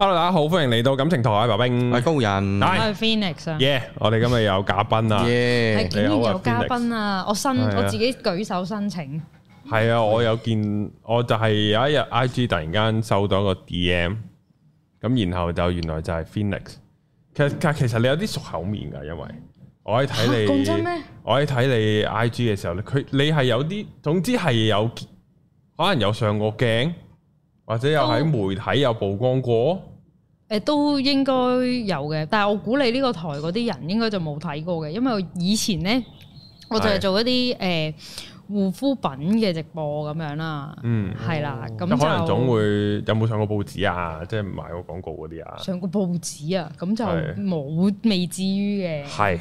Hello，大家好，歡迎嚟到感情台，白冰。喂，高人，係我係 Phoenix 啊，耶！我哋今日有嘉賓啊，係耶，竟然你好啊有嘉 Phoenix 賓啊！我申係啊我自己舉手申請，係啊，我有見，我就係有一日 I G 突然間收到一個 D M，咁然後就原來就係 Phoenix。其實但其實你有啲熟口面㗎，因為我喺睇嚇你，咁真咩我喺睇你 I G 嘅時候，佢你係有啲，總之係有可能有上過鏡，或者有喺都媒體有曝光過。誒都應該有嘅。但係我估你呢個台嗰啲人應該就冇睇過嘅，因為我以前咧我就係係做一啲誒護膚品嘅直播咁樣啦，嗯，係啦，咁即就可能總會有冇上過報紙啊，即係賣過廣告嗰啲啊。上過報紙啊，咁就係冇未至於嘅。係。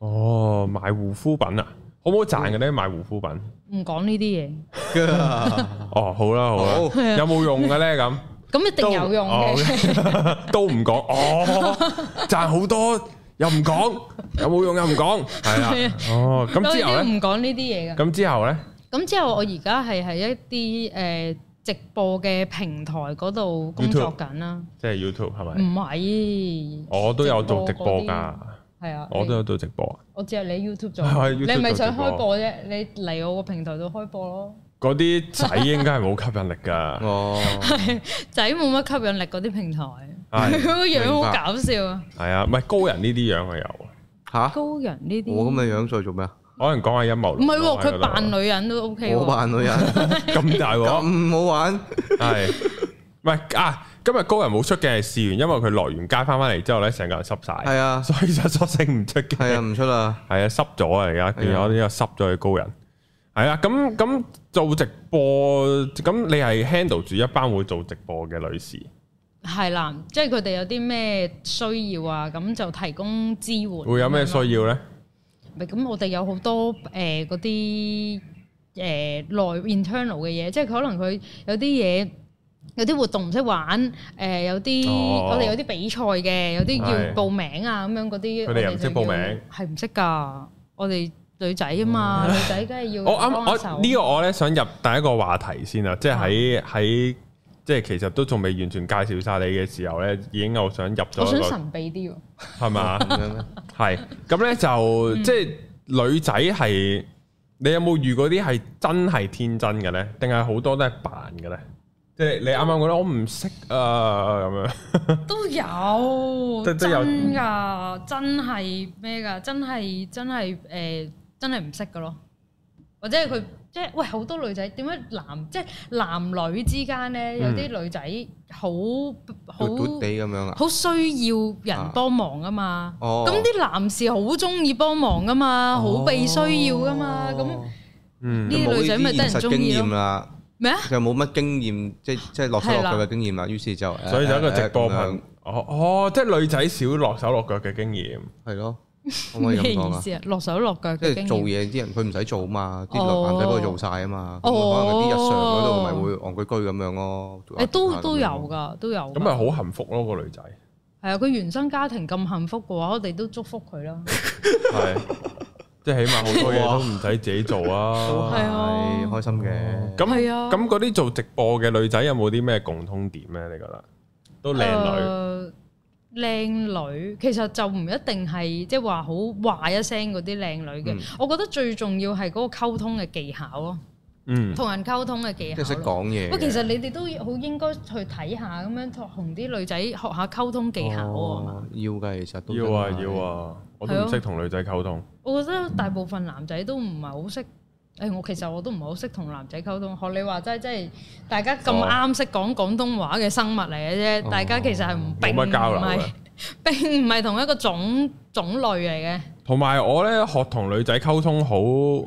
哦，賣護膚品啊，好唔好賺嘅咧？賣護膚品。唔講呢啲嘢，哦，好啦好 好啦，有冇用嘅咧？咁咁一 定有用哦嘅。嘅，都 唔講。哦，賺好多又唔講，有冇用又唔講， 係啦。哦，咁之後我已咧，經唔講呢啲嘢嘅。咁之後咧，咁之後，我而家係喺一啲誒、呃直播嘅平台嗰度工作緊啦。即係 YouTube 係唔咪？係，我都有做直播㗎，係啊，我都有你做直播啊。我只係你 YouTube 做，係你 YouTube 係咪想做直播開播啫？你嚟我個平台度開播咯。嗰啲仔應該係冇吸引力 㗎，哦，仔冇乜吸引力嗰啲平台，係佢 個樣好明白搞笑啊！係啊，唔係高人呢啲樣係有，吓，高人呢啲，我咁嘅樣再做咩啊？可能講下陰謀論唔係咯喎，佢扮喺女人都 OK 我喎。扮女人度 咁大鑊。咁好玩，系，唔係啊？今日高人冇出嘅試完，因為佢落完街翻翻嚟之後咧，成個人濕晒，係啊，所以就索性唔出嘅。係啊，唔出 啦，係啊，濕咗啊，而家變咗呢個濕咗嘅高人。係啊，咁咁做直播，咁你係 handle 住一班會做直播嘅女士，係啦，即係佢哋有啲咩需要啊，咁就提供支援。會有咩需要呢？咪咁，我哋有好多誒嗰啲誒內 internal 嘅嘢，即係佢可能佢有啲嘢。有啲活動唔識玩，誒、有啲、哦我哋有啲比賽嘅，有啲係要報名啊咁樣嗰啲，佢哋我就又唔識要報名，嗯係唔識㗎。我哋女仔啊嘛，女仔梗係要我啱嗯幫下手我呢個我咧想入第一個話題先啊，即係喺喺即係其實都仲未完全介紹晒你嘅時候咧，已經我想入咗我想一個神秘啲喎，係嘛？咁樣咩？系咁咧就、即系女仔係你有冇遇過啲係真係天真嘅咧？定係好多都係扮嘅咧？即係你啱啱覺得我唔識啊咁樣，都有都都有真㗎，真係咩㗎？真係真係誒、呃真係唔識㗎咯。或者係佢即係喂好多女仔點解男即係男女之間嗯咧，有啲女仔好好嘟嘟地咁樣啊？好需要人幫忙啊嘛。哦咁啲男士好中意幫忙噶嘛，好被需要噶嘛。咁哦嗯，呢啲女仔咪得就冇呢人啲現實鍾意咯經驗啦，咩啊？就冇乜經驗，即即係落手落腳嘅經驗啦，於是就所以就一個直播誒誒咁頻樣哦哦，即係女仔少落手落腳嘅經驗，係咯，可唔可以咩咁講意啊？思啊？落手落腳即嘅經係做驗。嘢啲人佢唔使做嘛，啲哦男仔幫佢做晒啊嘛，咁哦可能啲日常嗰度咪會戇居居咁樣咯。誒都都有㗎，都有㗎。咁咪好幸福咯、個女仔，係啊！佢原生家庭咁幸福嘅話，我哋都祝福佢啦。係即係起碼好多嘢都唔使自己做啊。係啊係開心嘅。咁係啊咁嗰啲做直播嘅女仔有冇啲咩共通點咧？你覺得都靚女。女。呃靚女其實就唔一定係即係話好話一聲嗰啲靚女嘅，嗯我覺得最重要係嗰個溝通嘅技巧咯，嗯，同人溝通嘅即技係巧識咯。講嘢嘅。喂，其實你哋都好應該去睇下咁樣，同啲女仔學下溝通技巧啊嘛。哦要㗎，其實都要啊真係要。啊，我都唔識同女仔溝通。我覺得大部分男仔都唔係好識，誒、我其實我都唔係好識同男仔溝通。學你話齋，即係大家咁哦啱識講廣東話嘅生物嚟嘅啫，哦大家其實係唔並冇乜交流啊唔係嘅並唔係同一個種種類嚟嘅。同埋我咧學同女仔溝通，好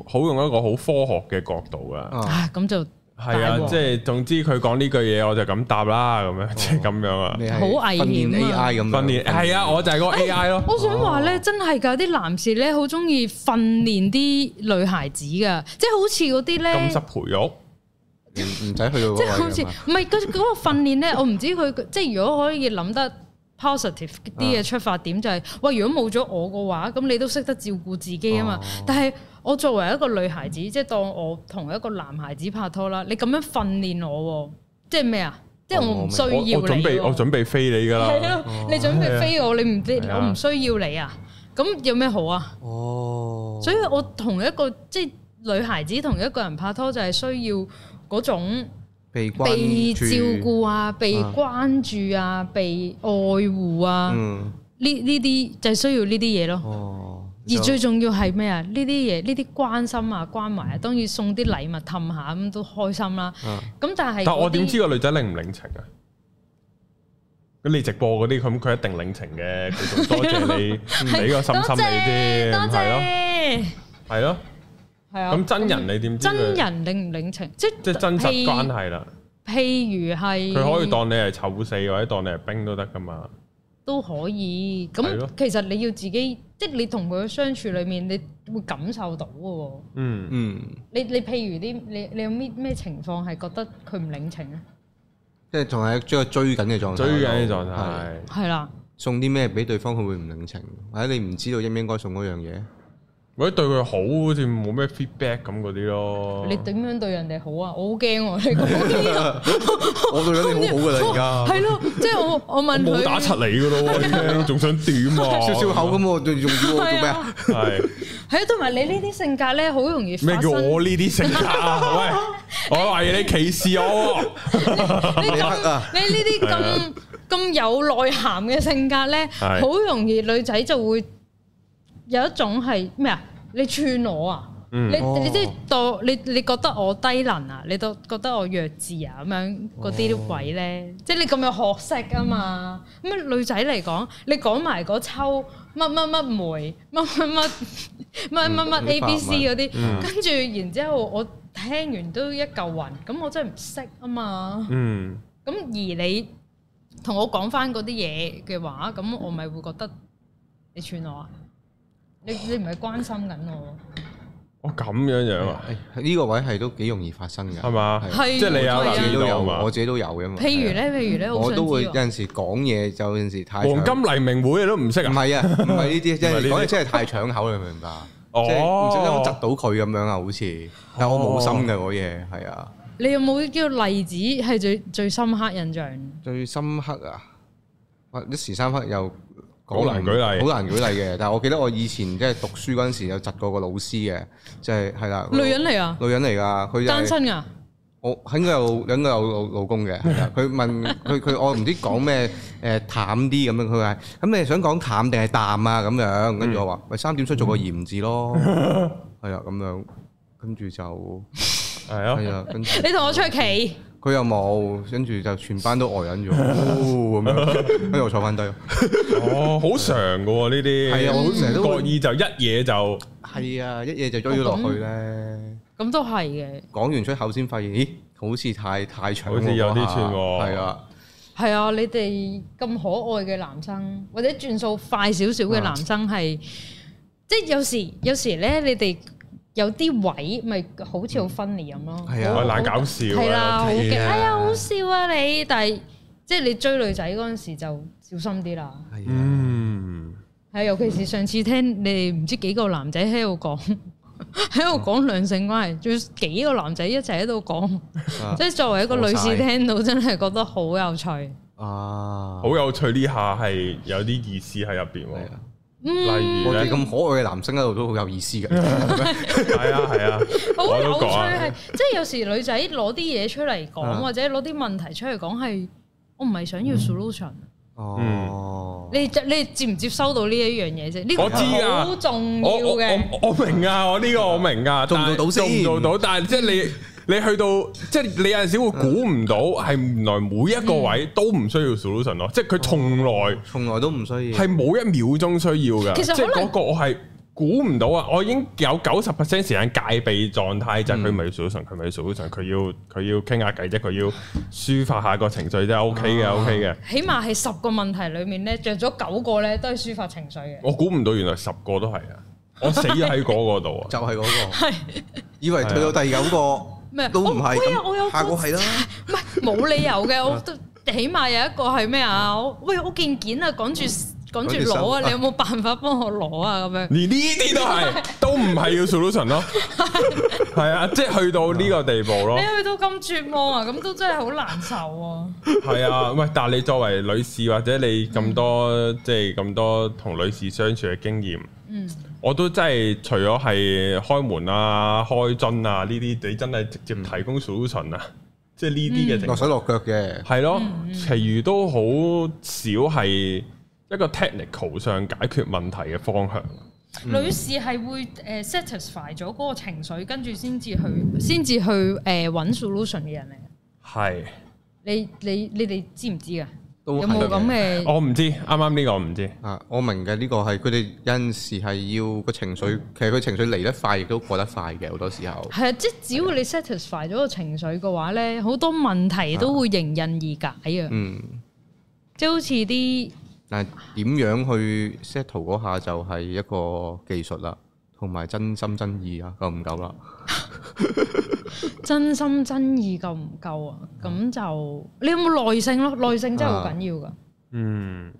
好用一個好科學嘅角度啊。啊，啊，咁就係啊大，鑊即係總之佢講呢句嘢，我就咁答啦，咁樣即係咁樣啊。你係好危訓練險啊 AI 咁樣。訓練係啊，我就係個哎 AI 咯。我想話咧，真係㗎，啲男士咧好中意訓練啲女孩子㗎，即係好似嗰啲咧。咁失培育，唔唔使去到啊嗰即位係好似㗎嘛。唔係嗰嗰個訓練咧，我唔知佢即係如果可以諗得 positive 啲嘅出發點就係、喂，如果冇咗我嘅話，咁你都識得照顧自己啊嘛。哦但係我作為一個女孩子，即係當我同一個男孩子拍拖啦，你咁樣訓練我喎，即係咩啊？即係我唔需要哦我你我準備喎我準備飛你㗎係啊啦，哦咯，你準備飛我，你唔知係啊我唔需要你啊，咁有咩好啊？哦所以我同一個即係女孩子同一個人拍拖就係需要嗰種被關被照注，顧啊、被啊關注啊、被愛護啊，嗯，呢呢啲就係需要呢啲嘢咯。哦，而最重要係咩啊？呢啲嘢，呢啲關心啊、關懷啊，當然送啲禮物氹下咁都開心啦。啊咁但係但我嗰啲點知個女仔領唔領情啊？咁你直播嗰啲咁，佢一定領情嘅，佢仲多謝 你俾個心心多謝你多添，係咯謝，係咯。係啊。咁真人你點知佢？真人領唔領情？即即係真實關係。係啦，譬如係佢可以當你係臭四或者當你係冰都得噶嘛。都可以。係咁咯其實你要自己，即係你同佢嘅相處裏面，你會感受到嘅喎。嗯，嗯，你你譬如啲你你有咩咩情況係覺得佢唔領情啊咧？即係仲係一個追緊嘅狀態，最緊要狀係態，係啦，送啲咩俾對方，佢會唔領情，或者你唔知道應唔應該送嗰樣嘢，或者對佢好好似冇咩 feedback 咁嗰啲咯。你點樣對人哋好啊？我好驚喎！你講呢 我對緊你好好 㗎個啦，係咯，即係我我我問冇佢打柒你噶咯喎，已 經仲想點啊？而家笑笑口咁，我仲要我做咩啊？係係啊，同埋你呢啲性格咧，好容易咩發叫生。我呢啲性格 啊？喂，我懷疑你歧視我喎。你你咁黑啊你呢啲咁咁有內涵嘅性格咧，係好容易女仔就會有一種係咩啊？你串我啊！嗯你哦你即係當你你覺得我低能啊？你都覺得我弱智啊？咁樣嗰啲位咧，即係你咁有學識啊嘛。咁啊女仔嚟講，你講埋嗰抽乜乜乜梅乜乜乜乜乜乜嗯 A B C 嗰啲，嗯跟住然之後我聽完都一嚿雲，咁我真係唔識啊嘛。嗯，咁而你同我講翻嗰啲嘢嘅話，咁我咪會覺得你串我啊？你你唔係關心緊我？我哦咁樣樣啊，誒呢個位係都幾容易發生㗎，係嘛？係係即係你有我我留自己意都到有，啊嘛我？自己都有嘅嘛。啊譬如咧，譬如咧，我好都會有想知喎啊陣時講嘢就有陣時太黃搶金黎明會你都唔識唔啊？係啊，唔係呢啲，即唔係係呢啲講嘢真係太搶口，你明唔明白？哦即係唔小心窒到佢咁樣啊，好似，但我冇心嘅嗰嘢，係啊，你有冇呢個例子係最最深刻印象？最深刻啊，哇一時三刻又好難舉例好難舉例嘅。但係我記得我以前即係讀書嗰陣時，有窒過個老師嘅，就係係啦， 女人嚟啊，女人嚟㗎，佢就係單身㗎，我應該有應該有老老公嘅，係啦佢問佢佢我唔知講咩誒淡啲咁樣，佢話咁你係想講淡定係淡啊咁樣，跟住我嗯話喂三點水做個鹽字 咯，係啊咁樣，跟住就係咯，係啊，跟住你同我出去企，佢又冇，跟住就全班都呆忍咗，哦咁樣，跟住我坐翻低，哦，好常嘅喎呢啲，係啊我成日都唔會覺意就一嘢就。係啊，一嘢就追咗落去咧，咁都係嘅。講完出口先發現，咦好似太太長喎，好似有啲串嗰喎下係啊，係啊，你哋咁可愛嘅男生，或者轉數快少少啊嘅男生係，即係有時有時咧，你哋有啲位咪好似好 funny 咁咯，係啊好我懶搞笑啊係啦，好係嘅，啊哎呀好笑啊你，但係即係你追女仔嗰陣時就小心啲啦，係啊，嗯，係啊尤其是上次聽你哋唔知幾個男仔喺度講。 喺嗯度講兩性關係，仲要幾個男仔一齊喺度講，啊即係作為一個女錯晒士聽到真係覺得好有趣。啊好。有趣呢下係有啲意思喺入邊喎係。啊例如我哋咧，咁可愛嘅男生喺度都好有意思嘅，係啊係啊，好我有都趣講啊係，即係有時女仔攞啲嘢出嚟講，啊或者攞啲問題出嚟講係，我唔係想要 solution。嗯哦，你你接唔接收到呢一樣嘢啫？呢個我知㗎好重要我我嘅。我我明啊，我呢個我明啊，做唔做到先但係做唔做到？但係即係你你去到即係你有陣時會估唔到，係原來每一個位都唔需要 solution 咯，即係佢從來從來都唔需要，係冇一秒鐘需要其㗎，實即係可能嗰個我係。估唔到啊！我已經有九十 percent 時間戒備狀態，嗯就係佢唔係要 solution，佢唔係要 solution，佢要佢要傾下偈啫，佢要抒發下個情緒啫，OK 啊嘅，OK 嘅。起碼係十個問題裡面咧，着咗九個咧都係抒發情緒嘅。我估唔到原來十個都係啊！我死咗喺嗰個 度啊！就係嗰個係，以為去到第九個咩都唔係，我喂啊我有咁下個係啦，唔係冇理由嘅，我都起碼有一個係咩啊？我喂，我件件啊，趕住趕住攞 啊！你有冇辦法幫我攞啊？咁樣連呢啲都係都唔係要 solution 咯，係啊，即係去到呢個地步咯你，去到咁絕望啊，咁都真係好難受啊！係啊，喂，但係你作為女士或者你咁多即係咁多同女士相處嘅經驗，嗯，我都真係除咗係開門啊、開樽啊呢啲，你真係直接提供 solution 啊，即係呢啲嘅情落況手落腳嘅，係咯嗯嗯嗯，其餘都好少係一個 technical 上解決問題嘅方向。嗯女士係會誒 satisfy 咗嗰個情緒，跟住先至去，先至去誒揾 solution 嘅人嚟嘅。係，你你你哋知唔知噶？都有係哦冇嘅咁嘅？我唔知，啱啱呢個我唔知。啊，我明嘅呢個係佢哋有陣時係要個情緒，其實佢情緒嚟得快，亦都過得快嘅好多時候。係啊，即係只要你 satisfy 咗個情緒嘅話咧，好多問題都會迎刃而解啊！啊嗯，即係好似啲但係點樣去 settle 嗰下就係一個技術啦，同埋真心真意啊，夠唔夠啦？真心真意夠唔夠啊？咁就你有冇耐性咯？耐性真係啊好緊要噶。嗯，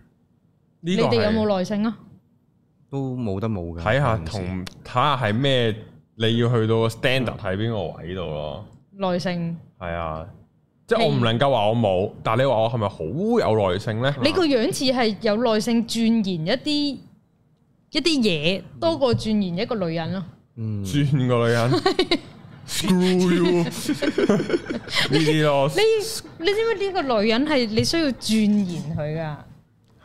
你呢個哋有係冇耐性啊？都冇得冇嘅。睇下有陣時同睇下係咩，你要去到 standard 喺邊個位度咯？耐性，係啊，即係我唔能夠話我冇，但係你話我係咪好有耐性呢？啊你個樣似係有耐性鑽研一啲一啲嘢，多過鑽研一個女人咯。嗯轉個女 人，screw you 呢啲咯，你你知唔知呢個女人係你需要鑽研佢噶？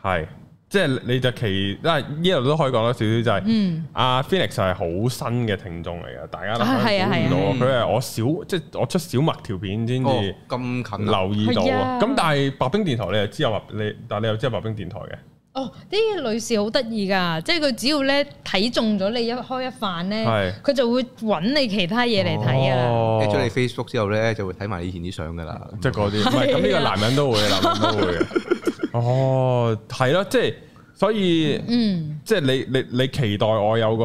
係即係你就其啊呢度都可以講多少少就係、嗯。阿 Phoenix 係好新嘅聽眾嚟嘅，大家都啊係啊可能估唔到，係佢係我小即係我出小麥條片先哦至咁近啊，留意到係啊。啊咁但係白冰電台你又知有白你，但係你又知有白冰電台嘅，哦，啲女士好得意噶，即係佢只要咧睇中咗你一開一飯咧係，哦佢就會揾你其他嘢嚟睇啊。睇咗你 Facebook 之後咧，就會睇埋你以前啲相噶啦。即係嗰啲，唔係咁呢係個啊男人都會，男人都會嘅。哦，係咯，即係所以嗯，即係你你你期待我有個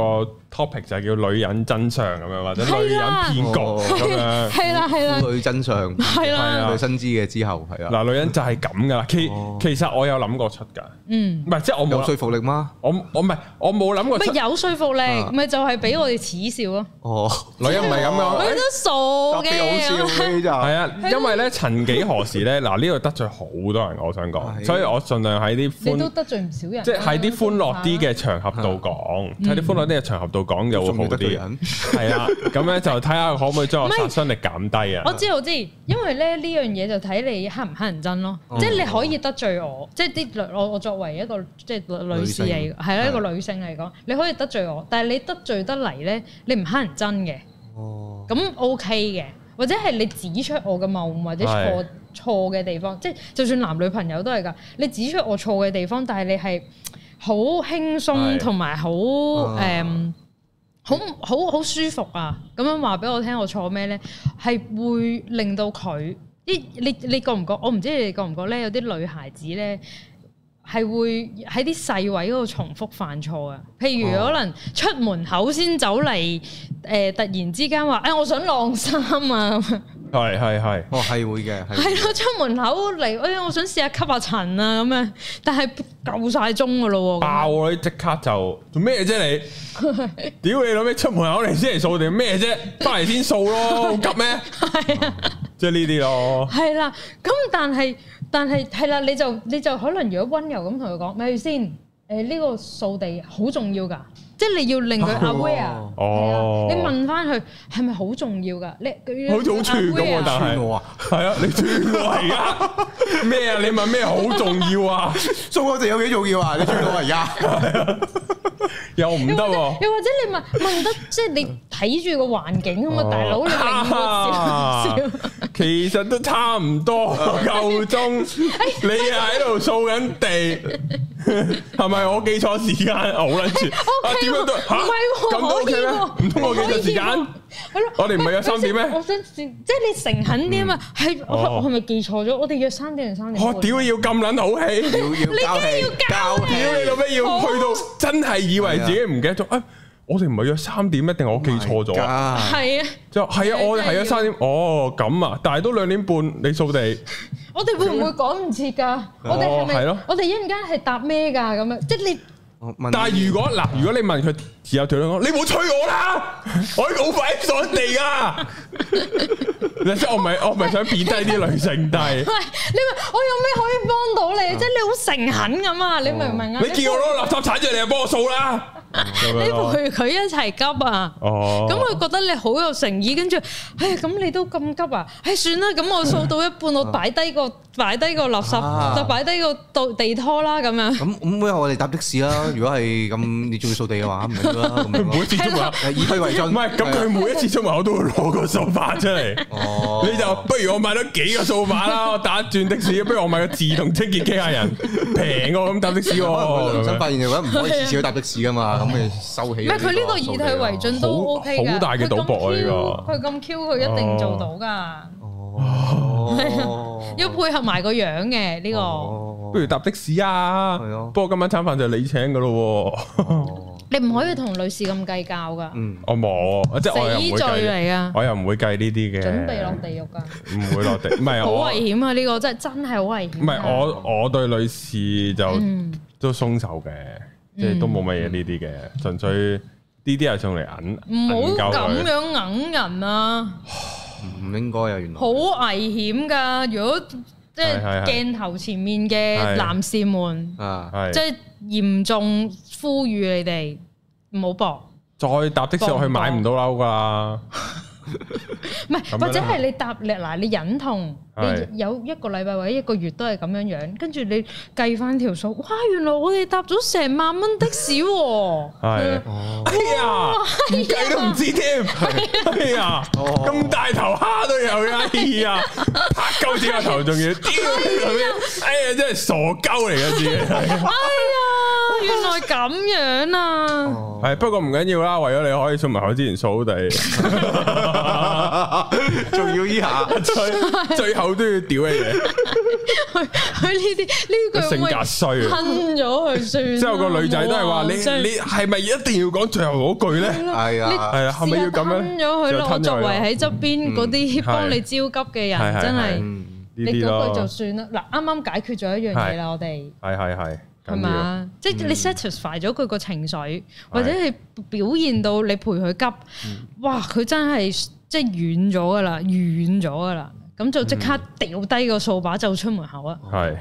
topic 就係叫女人真相咁樣，或者女人騙局咁樣。 係啦係啦婦女真相，係 係啊啦，佢新知嘅之後係啊，嗱，女人就係咁噶啦。其哦其實我有諗過出㗎，嗯唔，係即係我有冇說服力嗎？我我唔係我冇諗過咪出有說服力啊，咪就係俾我哋恥笑咯。哦，女人唔係咁佢樣。都傻特嘅別好笑，呢就係啊，因為咧，曾幾何時咧，嗱呢度得罪好多人，我想講，係所以我盡量喺啲 你都歡，得罪唔少人。啊即係喺啲歡樂啲，嘅場合度講，喺啲歡樂啲嘅場合度講就會嗯仲好要得罪啲。人，系啦，咁咧就睇下可唔可以將我殺傷力減低啊我？知我知，因為咧呢樣嘢就睇你黑唔黑人憎咯，哦即係你可以得罪我，即係啲女我我作為一個即係女女士女嚟，性係啦一個女性嚟講，你可以得罪我，但係你得罪得嚟咧，你唔黑人憎嘅，哦，咁 OK 嘅，或者係你指出我嘅謬誤或者錯係錯嘅地方，即係就算男女朋友都係㗎，你指出我錯嘅地方，但係你係好輕鬆係同埋好啊誒。好好好舒服啊！咁樣話俾我聽，我錯咩咧？係會令到佢，咦？你你覺唔覺？我唔知你哋覺唔覺咧？有啲女孩子咧係會喺啲細位嗰度重複犯錯啊。譬如哦可能出門口先走嚟，誒、突然之間話：，誒、哎我想晾衫啊！咁樣係係係，哦係會嘅，係會係咯，出門口嚟，誒、我想試下吸下塵啊！咁樣，但係夠晒鐘噶咯喎。爆嗰啲即刻就做咩啫你？ 屌你老味出門口嚟先嚟掃定咩啫？翻嚟先掃咯， 好急咩？係啊。即係呢啲咯，係啦，咁但係但係係啦，你就你就可能如果温柔咁同佢講，咪住先，誒、呢、個掃地好重要㗎，即係你要令佢 aware，哦係哦啊，你問翻佢係咪好重要㗎？你佢好似好串咁喎 aware，但係串我啊，係啊，你轉我而家咩啊？你問咩好重要啊？送我哋有幾重要 啊？你串我啊而家，又唔得又或者喎，又或者你問問得即係你睇住個環境咁嘛，啊哦大佬你令我笑笑。其實都差唔 多啊夠鐘，哎你又喺度掃緊地，係咪我記錯時間？好撚住 啊！點 樣都哎唔嚇係喎，咁都 OK 可以咩？喎唔通我記錯時間？可以喎係咯，我哋唔係約三點咩喂我想試即係你誠懇啲啊嘛，係我哦我係咪記錯咗？我哋約三點定三點我半？屌要咁撚好戲，要要交氣要交氣哎屌你老味要去到真係以為自己唔記得咗啊！我哋唔係約三點咩？定我記錯咗啊？ My God 係啊，就係啊，我哋係約真係三點，哦咁啊，但係都兩點半，你掃地我哋會唔會講唔切㗎？我哋係哦係咪咯？我哋一陣間係答咩㗎？咁啊樣即係你。 我問但係如果嗱，如果你問佢有條女講，你冇催我 啦，我啲老快上地噶。你知我唔係我唔係想貶低啲女性，但 係喂，你咪我有咩可以幫到你？即係你好誠懇咁啊！你明唔明啊？啊你叫我攞垃圾鏟出嚟，你就幫我掃啦。咁樣你咯陪佢一齊急啊！哦，咁佢覺得你好有誠意，跟住，哎呀，咁你都咁急啊？哎，算啦，咁我掃到一半，啊我擺低個擺低個垃啊圾，就擺低個到地拖啦，咁樣。咁咁，我哋搭的士啦。如果係咁，你仲要掃地嘅話，唔緊要啦。咁樣每一次出門口， 誒以退為進。唔係咁，係佢啊每一次出門口都會攞個掃把出嚟。哦，你就不如我買咗幾個掃把啦，我打轉的士，不如我買個自動清潔機械人，平過咁搭的士 喎。可能咁佢樣新發現嘅話，唔可以次次都搭的士噶嘛，咁咪收起。唔係佢呢個啊以退為。進都啊好 OK 㗎，好大嘅賭博啊呢個佢咁 Q，佢一定做到㗎，哦， 要配合埋個樣嘅呢個。哦不如搭的士啊！係啊不過今晚餐飯就你請噶咯喎，你唔可以同女士咁計較㗎，嗯，我冇，啊即係我又唔死會罪計，嚟啊！我又唔會計呢啲嘅，準備落地獄㗎，唔會落 地，唔係好我，危唔險啊！呢個真係真係好危險啊。係我，我對女士就嗯都鬆手嘅，即係都冇乜嘢呢啲嘅，純粹呢啲係送嚟揞唔揞好鳩咁佢，樣揞人啊！唔應該啊，原來。好危險噶！如果即係係係係鏡頭前面係嘅男士們，啊，即係係嚴重呼籲你哋唔好搏，再搭的士落去買唔到褸噶啦，唔咁樣係啦或者係你搭你嗱你忍痛，係你有一個禮拜或者一個月都係咁樣樣，跟住你計翻條數，哇！原來我哋搭咗成萬蚊的士 喎，係，哦， 哎呀，唔計都唔知添，哎呀，哦咁大頭蝦都有嘅， 哎呀，拍鳩自己個頭仲要，屌你老味哎呀，真係傻鳩嚟嘅自己。哎呀，原來咁樣啊！哦系，不過唔緊要啦，為咗你可以出門口之前掃 地，啊仲要 依下，最最后都要屌你嘢，佢佢 呢啲呢句性格我衰啊！吞咗佢算啦。之後個女仔都係話哇你真係你係咪一定要講最後嗰句咧？係啊，係啊，係咪要咁試樣下吞咗佢就咯？我吞咗作佢咯為喺側邊嗰啲嗯幫你焦急嘅係係人，真係嗯，呢你啲嗰句就咯？算啦。嗱，啱啱解決咗一樣嘢啦，我哋係係係，係緊要嗯嘛？即係你 satisfy 咗佢個情緒，或者係表現到你陪佢急，嗯哇！佢真係即係軟咗噶啦，軟咗噶啦，咁嗯就即刻掉低個掃把就出門口啊！係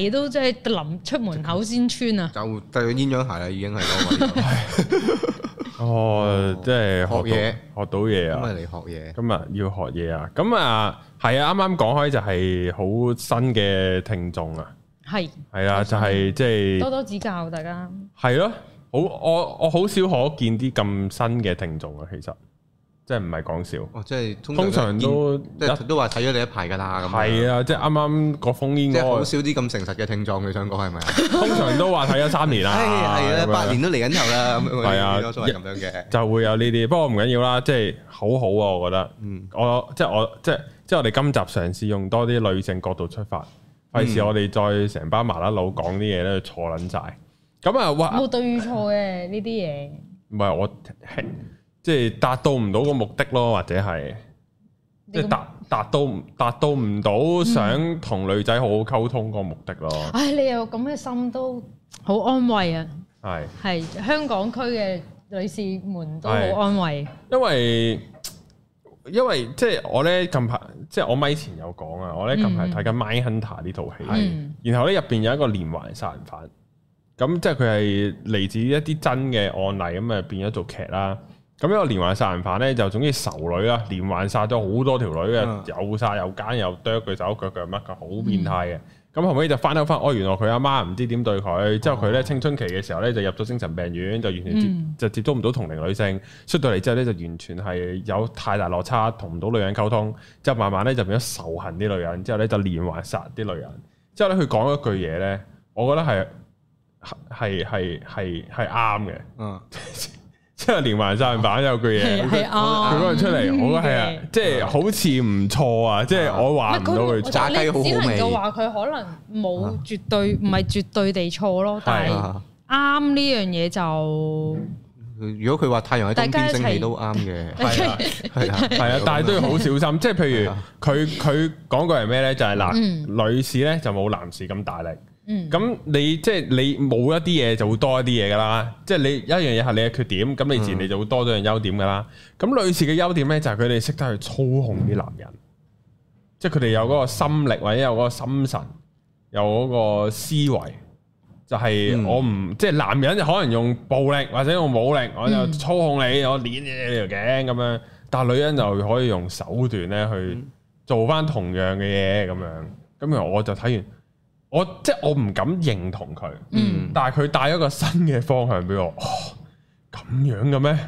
鞋都即係臨出門口先穿啊！就就鴛鴦鞋啦，已經係嗰個位，啊哦，即係學嘢學到學到嘢咁咪啊！嚟學嘢。今日要學嘢啊！咁啊，係啊，啱啱講開就係好新嘅聽眾啊，係係啊，就係即係多。多指教大家。係咯，好我我好少可見啲咁新嘅聽眾啊，其實即係唔係講笑，哦，即係通通常都即係都話睇咗你一排㗎啦，咁係啊，啊，即係啱啱個封煙即係嗰好個，少啲咁誠實嘅聽眾，你想講係咪啊？通常都話睇咗三年啦， 係咁啊，樣八年都嚟緊頭啦，咁係啊多數係咁樣嘅。就會有呢啲，不過唔緊要啦，即係好好啊，我覺得，嗯我即係我即係即係我哋今集嘗試用多啲女性角度出發，費嗯事我哋再成班麻甩佬講啲嘢咧錯撚晒。咁啊，哇！冇對與錯嘅呢啲嘢，唔係我即係達到唔到個目的咯，或者係即你係咁達達到唔達到唔到想同女仔好好溝通個目的咯，唉，你有咁嘅心都好安慰啊！係係香港區嘅女士們都好安慰，因為因為即係我咧近排即係我咪前有講啊，我咧近排睇緊《Mindhunter》呢套戲嗯，然後咧入邊有一個連環殺人犯，咁即係佢係嚟自一啲真嘅案例，咁啊變咗做劇啦。咁一個連環殺人犯咧，就總之仇女啦，連環殺咗好多條女嘅，嗯又殺又奸又剁佢手腳腳乜嘅，好變態嘅。咁後尾就翻兜翻，哦，原來佢阿媽唔知點對佢，之後佢咧青春期嘅時候咧就入咗精神病院，就完全接、嗯就接觸唔到同齡女性，出到嚟之後咧就完全係有太大落差，同唔到女人溝通，之後慢慢咧就變咗仇恨啲女人，之後咧就連環殺啲女人，之後咧佢講一句嘢咧，我覺得係係係係係啱嘅，嗯，即係連環殺人犯有句嘢。係係佢嗰啊人出嚟，我覺得係啊嗯，即係好似唔錯啊，即係我話唔到佢唔係錯，炸雞好好味你只能夠話佢可能啊冇絕嗯對，唔係絕對地錯咯，但係係啊啱呢樣嘢就佢佢如果佢話太陽喺東大家邊一齊升起都啱嘅，係啊係啊， 係啊，但係都要好小心。即係譬係如啊佢佢講過係咩咧？就係嗯嗱，女士咧就冇男士咁大力。嗯，咁你即係你冇一啲嘢就會多一啲嘢噶啦，即係你一樣嘢係你嘅缺點，咁你自然你就會多咗樣優點噶啦。咁女士嘅優點咧就係佢哋識得去操控啲男人，即係佢哋有嗰個心力或者有嗰個心神，有嗰個思維，就係、嗯我唔即係男人就可能用暴力或者用武力，我就嗯操控你，我捏你條頸咁樣，但係女人就可以用手段咧去嗯做翻同樣嘅嘢咁樣。咁然後我就睇完。我即係我唔敢認同佢，嗯但係佢帶咗個新嘅方向俾我。哦咁、樣嘅咩？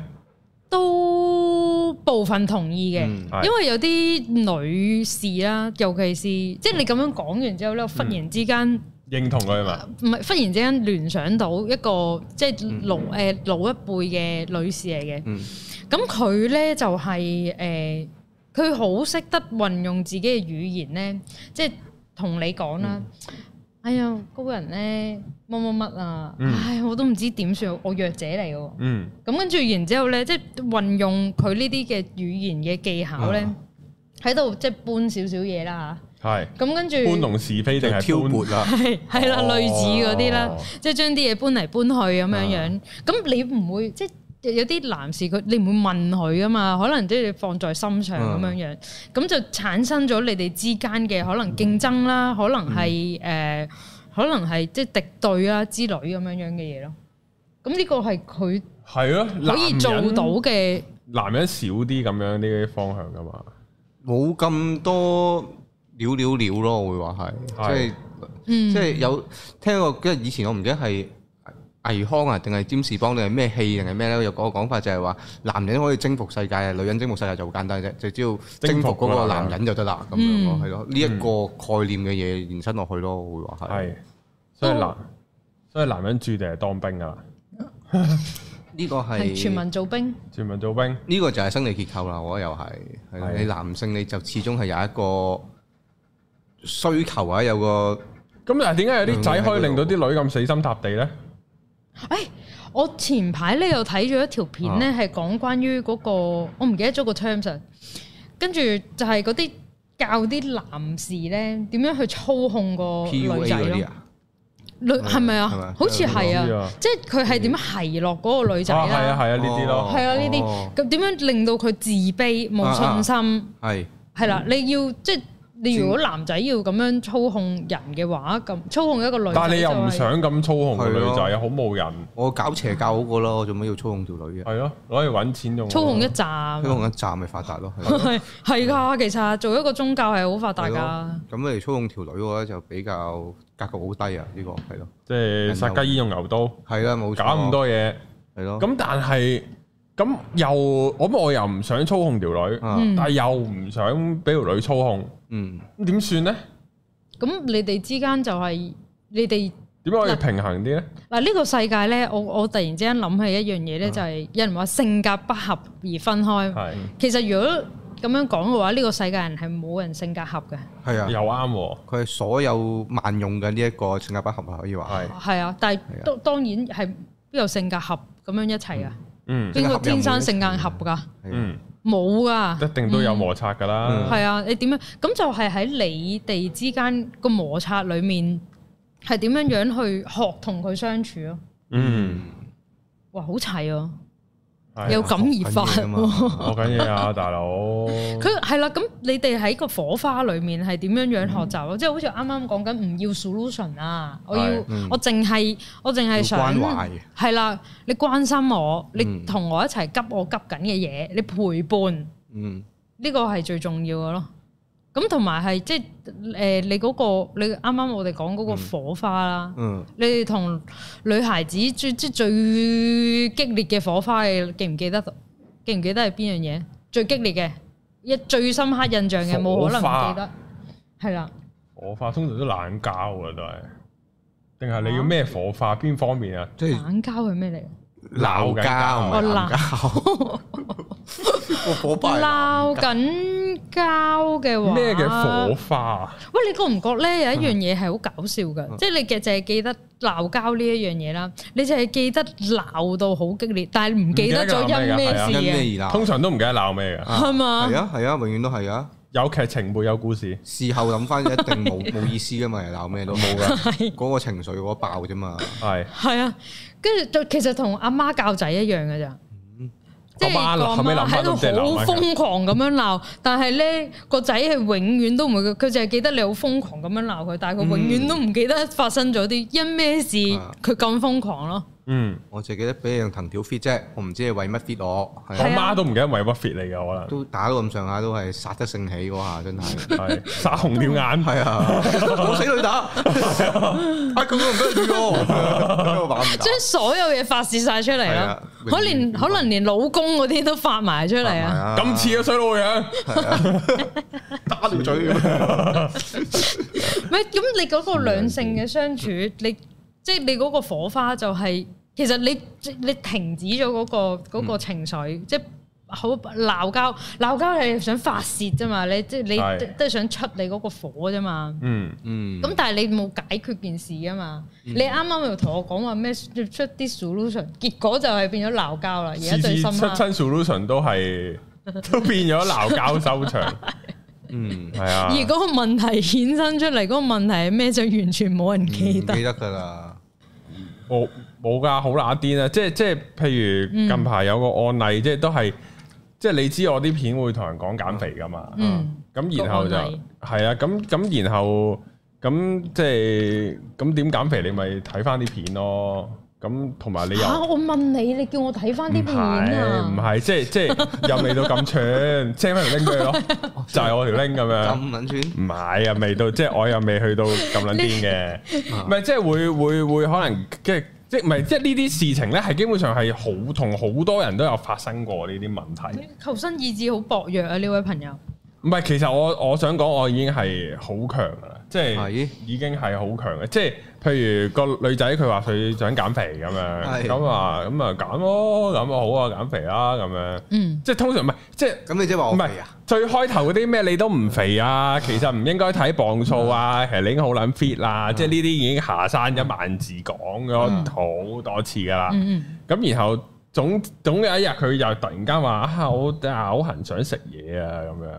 都部分同意嘅，嗯係因為有啲女士啦，尤其是即係你咁樣講完之後嗯咧，我忽然之間認同佢嘛？唔係忽然之間聯想到一個即嗯係老誒、老一輩嘅女士嚟嘅，嗯咁佢咧就係、誒，佢好識得運用自己嘅語言咧，即係同你講啦。哎呀，高人咧乜乜乜啊！嗯唉，我都唔知點算，我弱者嚟嘅喎。嗯，咁跟住然之後咧，即係運用佢呢啲嘅語言嘅技巧咧啊，喺度即係搬少少嘢啦係嚇。咁跟住搬弄是非定就係挑搬撥啦。係係啦，哦類似嗰啲啦，即係將啲嘢搬嚟搬去咁樣啊樣。咁、你唔會即係有啲男士佢你唔會問佢噶嘛？可能即係放在心上啊咁樣樣，咁、就產生咗你哋之間嘅可能競爭啦，嗯可能係誒、呃可能係即係敵對啦之類咁樣樣嘅嘢咯。咁呢個係佢係咯，可以做到嘅，男人男人少啲咁樣呢啲方向噶嘛？冇咁多料料料咯，我會話係，係即係嗯，即係有聽過，跟住以前我唔記得係倪匡啊，定係占士邦定係咩戲定係咩咧？有個講法就係話，男人可以征服世界，女人征服世界就好簡單啫，就只要征服嗰個男人就得啦，咁樣咯，嗯係咯，呢一個概念嘅嘢延伸落去咯，我會話係。係，所以都男所以男人注定係當兵噶啦，呢個係全係民做兵，全民做兵。呢個就係生理結構啦，我覺得又係係咯係你男性你就始終係有一個需求啊，有個哦咁但係點解有啲仔可以令到啲女咁死心塌地咧？誒，哎我前排咧又睇咗一條片啊咧，係講關於嗰、個，我唔記得咗個 terms 啊。跟住就係嗰啲教啲男士咧點樣去操控個 PUA 女仔嗰啲咯，啊，女係咪係咪啊？好似係我唔知啊啊，即係佢係點樣奚落嗰個女仔啊，係啊，啦，係啊，呢啲哦咯，係啊呢哦啲，咁點樣令到佢自卑冇信啊心？係。係嗯啦，你要即係你如果男仔要咁樣操控人嘅話，咁操控一個女仔，但係你又唔，想咁操控個女係仔，好冇人。我搞邪教嗰個咯，我做咩要操控條女嘅？係咯，攞嚟揾錢用。操控一香。站港一站咪發達咯，係咯 係係噶，其實做一個宗教係好發達係噶咯。咁嚟操控條女嘅話就比較格局好低啊！呢個係咯，即係殺雞焉用牛刀，係啦，冇錯搞咁多嘢。係咯。咁但係咁又，我我又唔想操控條女，啊嗯但係又唔想俾條女操控，嗯，咁點算呢？咁你哋之間就係、你哋點可以平衡啲呢？嗱呢個世界咧，我我突然之間諗起一樣啊嘢咧，就係有人話性格不合而分開。係其實如果咁樣講嘅話，呢、個世界人係冇人性格合嘅，係啊，又啱喎，佢係所有萬用嘅呢一個性格不合啊，可以話係係啊，但係啊都當然係邊有性格合咁樣一齊啊？嗯邊性格個合天生又冇性格合㗎？係啊嗯，冇㗎。一定都有摩擦㗎啦。係啊，你點樣？咁就係喺你哋之間個摩擦裡面，係點樣樣去學同佢相處咯？嗯，哇，好齊啊！係有啊感而發學緊嘢啊嘛喎好緊要啊，大佬。嗯佢係啦，咁你哋喺個火花裡面係點樣樣學習啊咯？即係好似啱啱講緊唔要 solution 啊，我要係嗯我淨係我淨係想要關懷係啦，你關心我，你嗯同我一齊急我急緊嘅嘢，你陪伴。嗯呢個係最重要嘅咯。咁同埋係即係誒，你嗰、個你啱啱我哋講嗰個火花啦，嗯，你哋同女孩子最即係最激烈嘅火花，你記唔記得？記唔記得係邊樣嘢？最激烈嘅，一最深刻印象嘅，冇可能火花唔記得。係啦，火花通常都冷交啊，都係。定係你要咩火花？邊方面啊？即係冷交係咩嚟？鬧鬧緊交交，唔係 鬧哦交，個火爆係鬧鬧交緊交嘅話，咩嘅火花啊？喂，你覺唔覺咧有一樣嘢係好搞笑嘅，即係你嘅就係記得鬧交呢一樣嘢啦，你就係記得鬧到好激烈，但係唔記得咗因咩因事啊咩而鬧？通常都唔記得鬧咩嘅，啊係嘛係啊係啊，永遠都係啊！有劇情沒有故事。事後諗翻一定冇冇意思噶嘛，鬧咩都冇啊，噶， 係嗰個情緒嗰爆啫嘛。係係啊，跟住就其實同阿媽教仔一樣嘅咋。即係個阿媽阿後尾媽諗喺翻度都唔知係鬧好乜嘅瘋狂咁樣鬧，但係咧個仔係永遠都唔會，佢就係記得你好瘋狂咁樣鬧佢，但係佢永遠都唔記得發生咗啲因咩事啊佢咁瘋狂咯。嗯，我就記得俾你用藤條 fit 啫，我唔知你為乜 fit 我，我係啊係啊媽都唔記得為屈 fit 你嘅可能。都打到咁上下都係殺得興起嗰下，真 係係撒紅了眼，係啊！我死女打，啊佢都唔得預我， 我玩唔打將所有嘢發泄晒出嚟係咯啊，可能永遠可能連老公嗰啲都發埋出嚟啊！啊咁似嘅衰佬樣，打條嘴咁樣，喂，咁你嗰嗯個兩性嘅相處，你即係你嗰個火花就係、其實你即你停止咗嗰、個嗰嗯個情緒，即係好鬧交，鬧交係想發泄啫嘛，你即係你係都都係想出你嗰個火啫嘛。嗯，嗯咁但係你冇解決件事啊嘛，你啱啱又同我講話咩出啲 solution，結果就係變咗鬧交啦。而次家啊最啊次深出刻。親 solution 都係 都變咗鬧交收場，嗯係啊而。嗰個問題衍生出嚟嗰個問題係咩？就完全冇人記記得。得㗎啦，冇冇噶，好乸癲啊！即係即係，譬嗯如近排有個案例，即係都係，即係你知我啲片會同人講減肥噶嘛，啊嗯，咁然後就個案例係啊，咁咁然後咁即係咁點減肥？你咪睇翻啲片咯。咁同埋你又嚇、我問你，你叫我睇翻啲唔片係啊？唔係，即係即係又未到咁 串，即係咪條拎佢咯？就係我條拎咁樣。咁撚串。唔係啊，未到，即係我又未去到咁撚癲嘅，啊唔係即係會會會可能即係即係唔係即係呢啲事情咧，係基本上係好同好多人都有發生過呢啲問題。求生意志好薄弱啊！呢位朋友，唔係，其實我我想講，我已經係好強噶啦，即係係已經係好強嘅，即係譬如個女仔佢話佢想減肥咁樣，係咁啊咁啊減咯，咁啊好啊減肥啦咁樣，嗯，即係通常唔係即係。咁你即係話我唔係肥啊？最開頭嗰啲咩你都唔肥啊，其實唔應該睇磅數啊，其實你已經好撚 fit 啦，即係呢啲已經下山一萬字講咗好多次噶啦。嗯咁然後總總有一日佢又突然間話啊，我啊好痕想食嘢啊咁樣。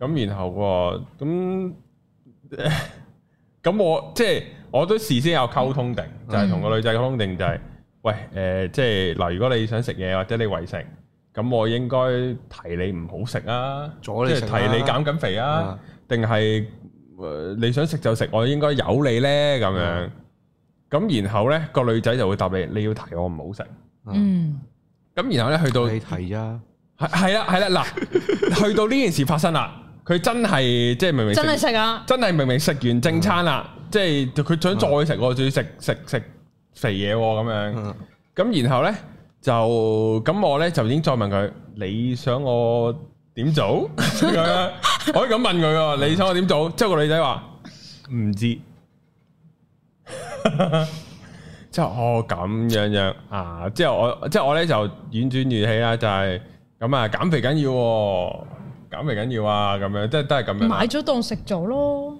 咁然後喎咁 咁我即係我都事先有溝通定，就係同個女仔溝通定就係、喂誒、呃即係嗱，如果你想食嘢或者你為食。咁我應該提你唔好食啊，阻你即食係啊提你減緊肥啊，定係呃你想食就食，我應該由你呢？咁啊樣。咁然後呢個女仔就會答你，你要提我唔好食。嗯咁然後呢，去到你提咋？係係啦係啦嗱， 去到呢件事發生啦，佢真係即係明嗯，明真係食食啊！真係明明食完正餐啦，即係佢想再食喎，仲要食食食肥嘢喎咁樣。嗯 咁然後呢，就咁我呢，就已經再問佢你想我點做咁樣，我可以咁問佢喎，你想我點做？之後個女仔話唔知， 之後哦咁樣樣啊，之後我之後我呢，就婉轉語氣啦，就係咁啊減肥緊要喎，減肥緊要啊咁樣，即係都係咁樣啦買。咗當食咗咯，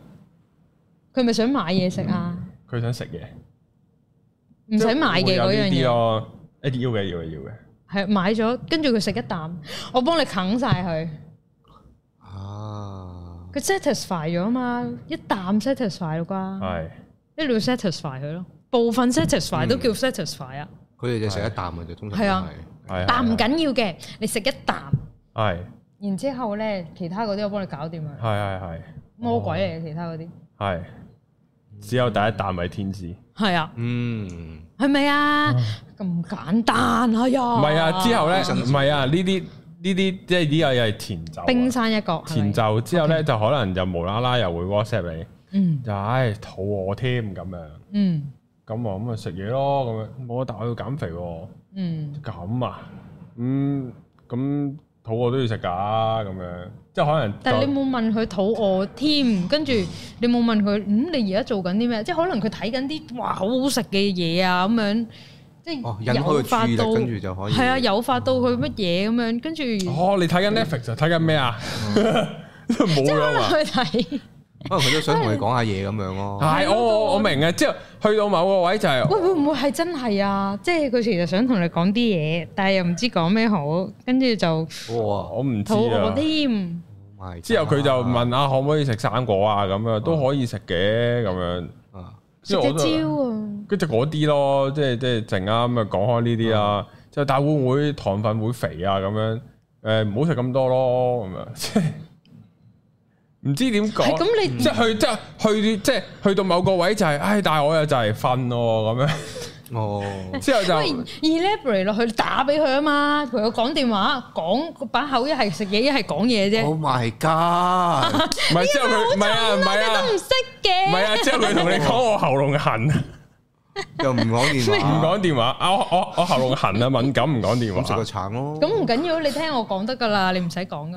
佢咪想買嘢食啊？佢想食嘢，唔使買嘅嗰樣嗯會有呢啲嘢，咯，一定要嘅要嘅要嘅。係買咗，跟住佢食一啖，我幫你啃晒佢，啊，佢 satisfy 咗啊嘛，一啖 satisfy 啦啩，係一定要 satisfy 佢咯，部分 satisfy 嗯都叫 satisfy 啊，佢哋就食一啖嘅啫，通常係啊都係啖係唔緊要嘅，你食一啖，係然之後咧，其他嗰啲我幫你搞掂佢，係係係魔鬼嚟嘅其他嗰啲，係，只有第一啖係天使，唔係啊。嗯，係咪啊？咁簡單哎呀！唔係啊，之後咧唔係啊，呢啲呢啲即係呢個又係前奏啊，冰山一角，係咪前奏之後咧就可能就無啦啦又會 WhatsApp 你，嗯就唉肚餓添咁樣，嗯咁我咁啊食嘢咯咁樣，冇得但我要減肥喎，嗯咁啊，嗯咁肚餓都要食㗎咁樣，即係可能但係就你冇問佢肚餓添，跟住你冇問佢，嗯，你而家做緊啲咩？即係可能佢睇緊啲哇好好食嘅嘢啊咁樣，即即係哦，引開佢注意誘發到力，跟住就可以。係啊，誘發到佢乜嘢咁樣，跟住即哦，你睇緊 Netflix 啊？睇緊咩啊？嗯 冇係可樣能 啊！佢睇，可能佢都想同你講下嘢咁樣咯。係，我我我明嘅。啊之後去到某個位就係喂會唔會係真係啊？即係佢其實想同你講啲嘢，但係又唔知講咩好，跟住就哇我唔知肚餓啊。添。哦！Oh my 之後佢就 God 問啊，可唔可以食生果啊？咁樣都可以食嘅咁樣。啊食之後我隻都蕉啊！跟住嗰啲咯，即係即係靜啊咁啊，講開呢啲啦。就但係會唔會糖分會肥啊？咁樣誒，唔好食咁多咯，咁樣 即係唔知點係講。咁你即係去即係去即係去到某個位就係、唉，但係我又就嚟瞓咯咁樣。 哦，之後喂就 elaborate 落去，你打俾佢啊嘛，同佢講電話，講個把口一係食嘢，一係講嘢啫。 Oh my god！唔係之後佢唔係啊唔係啊都唔識唔係嘅，啊，之後佢同你講我喉嚨痕，唔又唔講電話，講電話啊！我我我喉嚨痕啊，敏感唔講電咁食話個。橙咯。咁唔緊要，你聽我講得㗎啦，你唔使講㗎。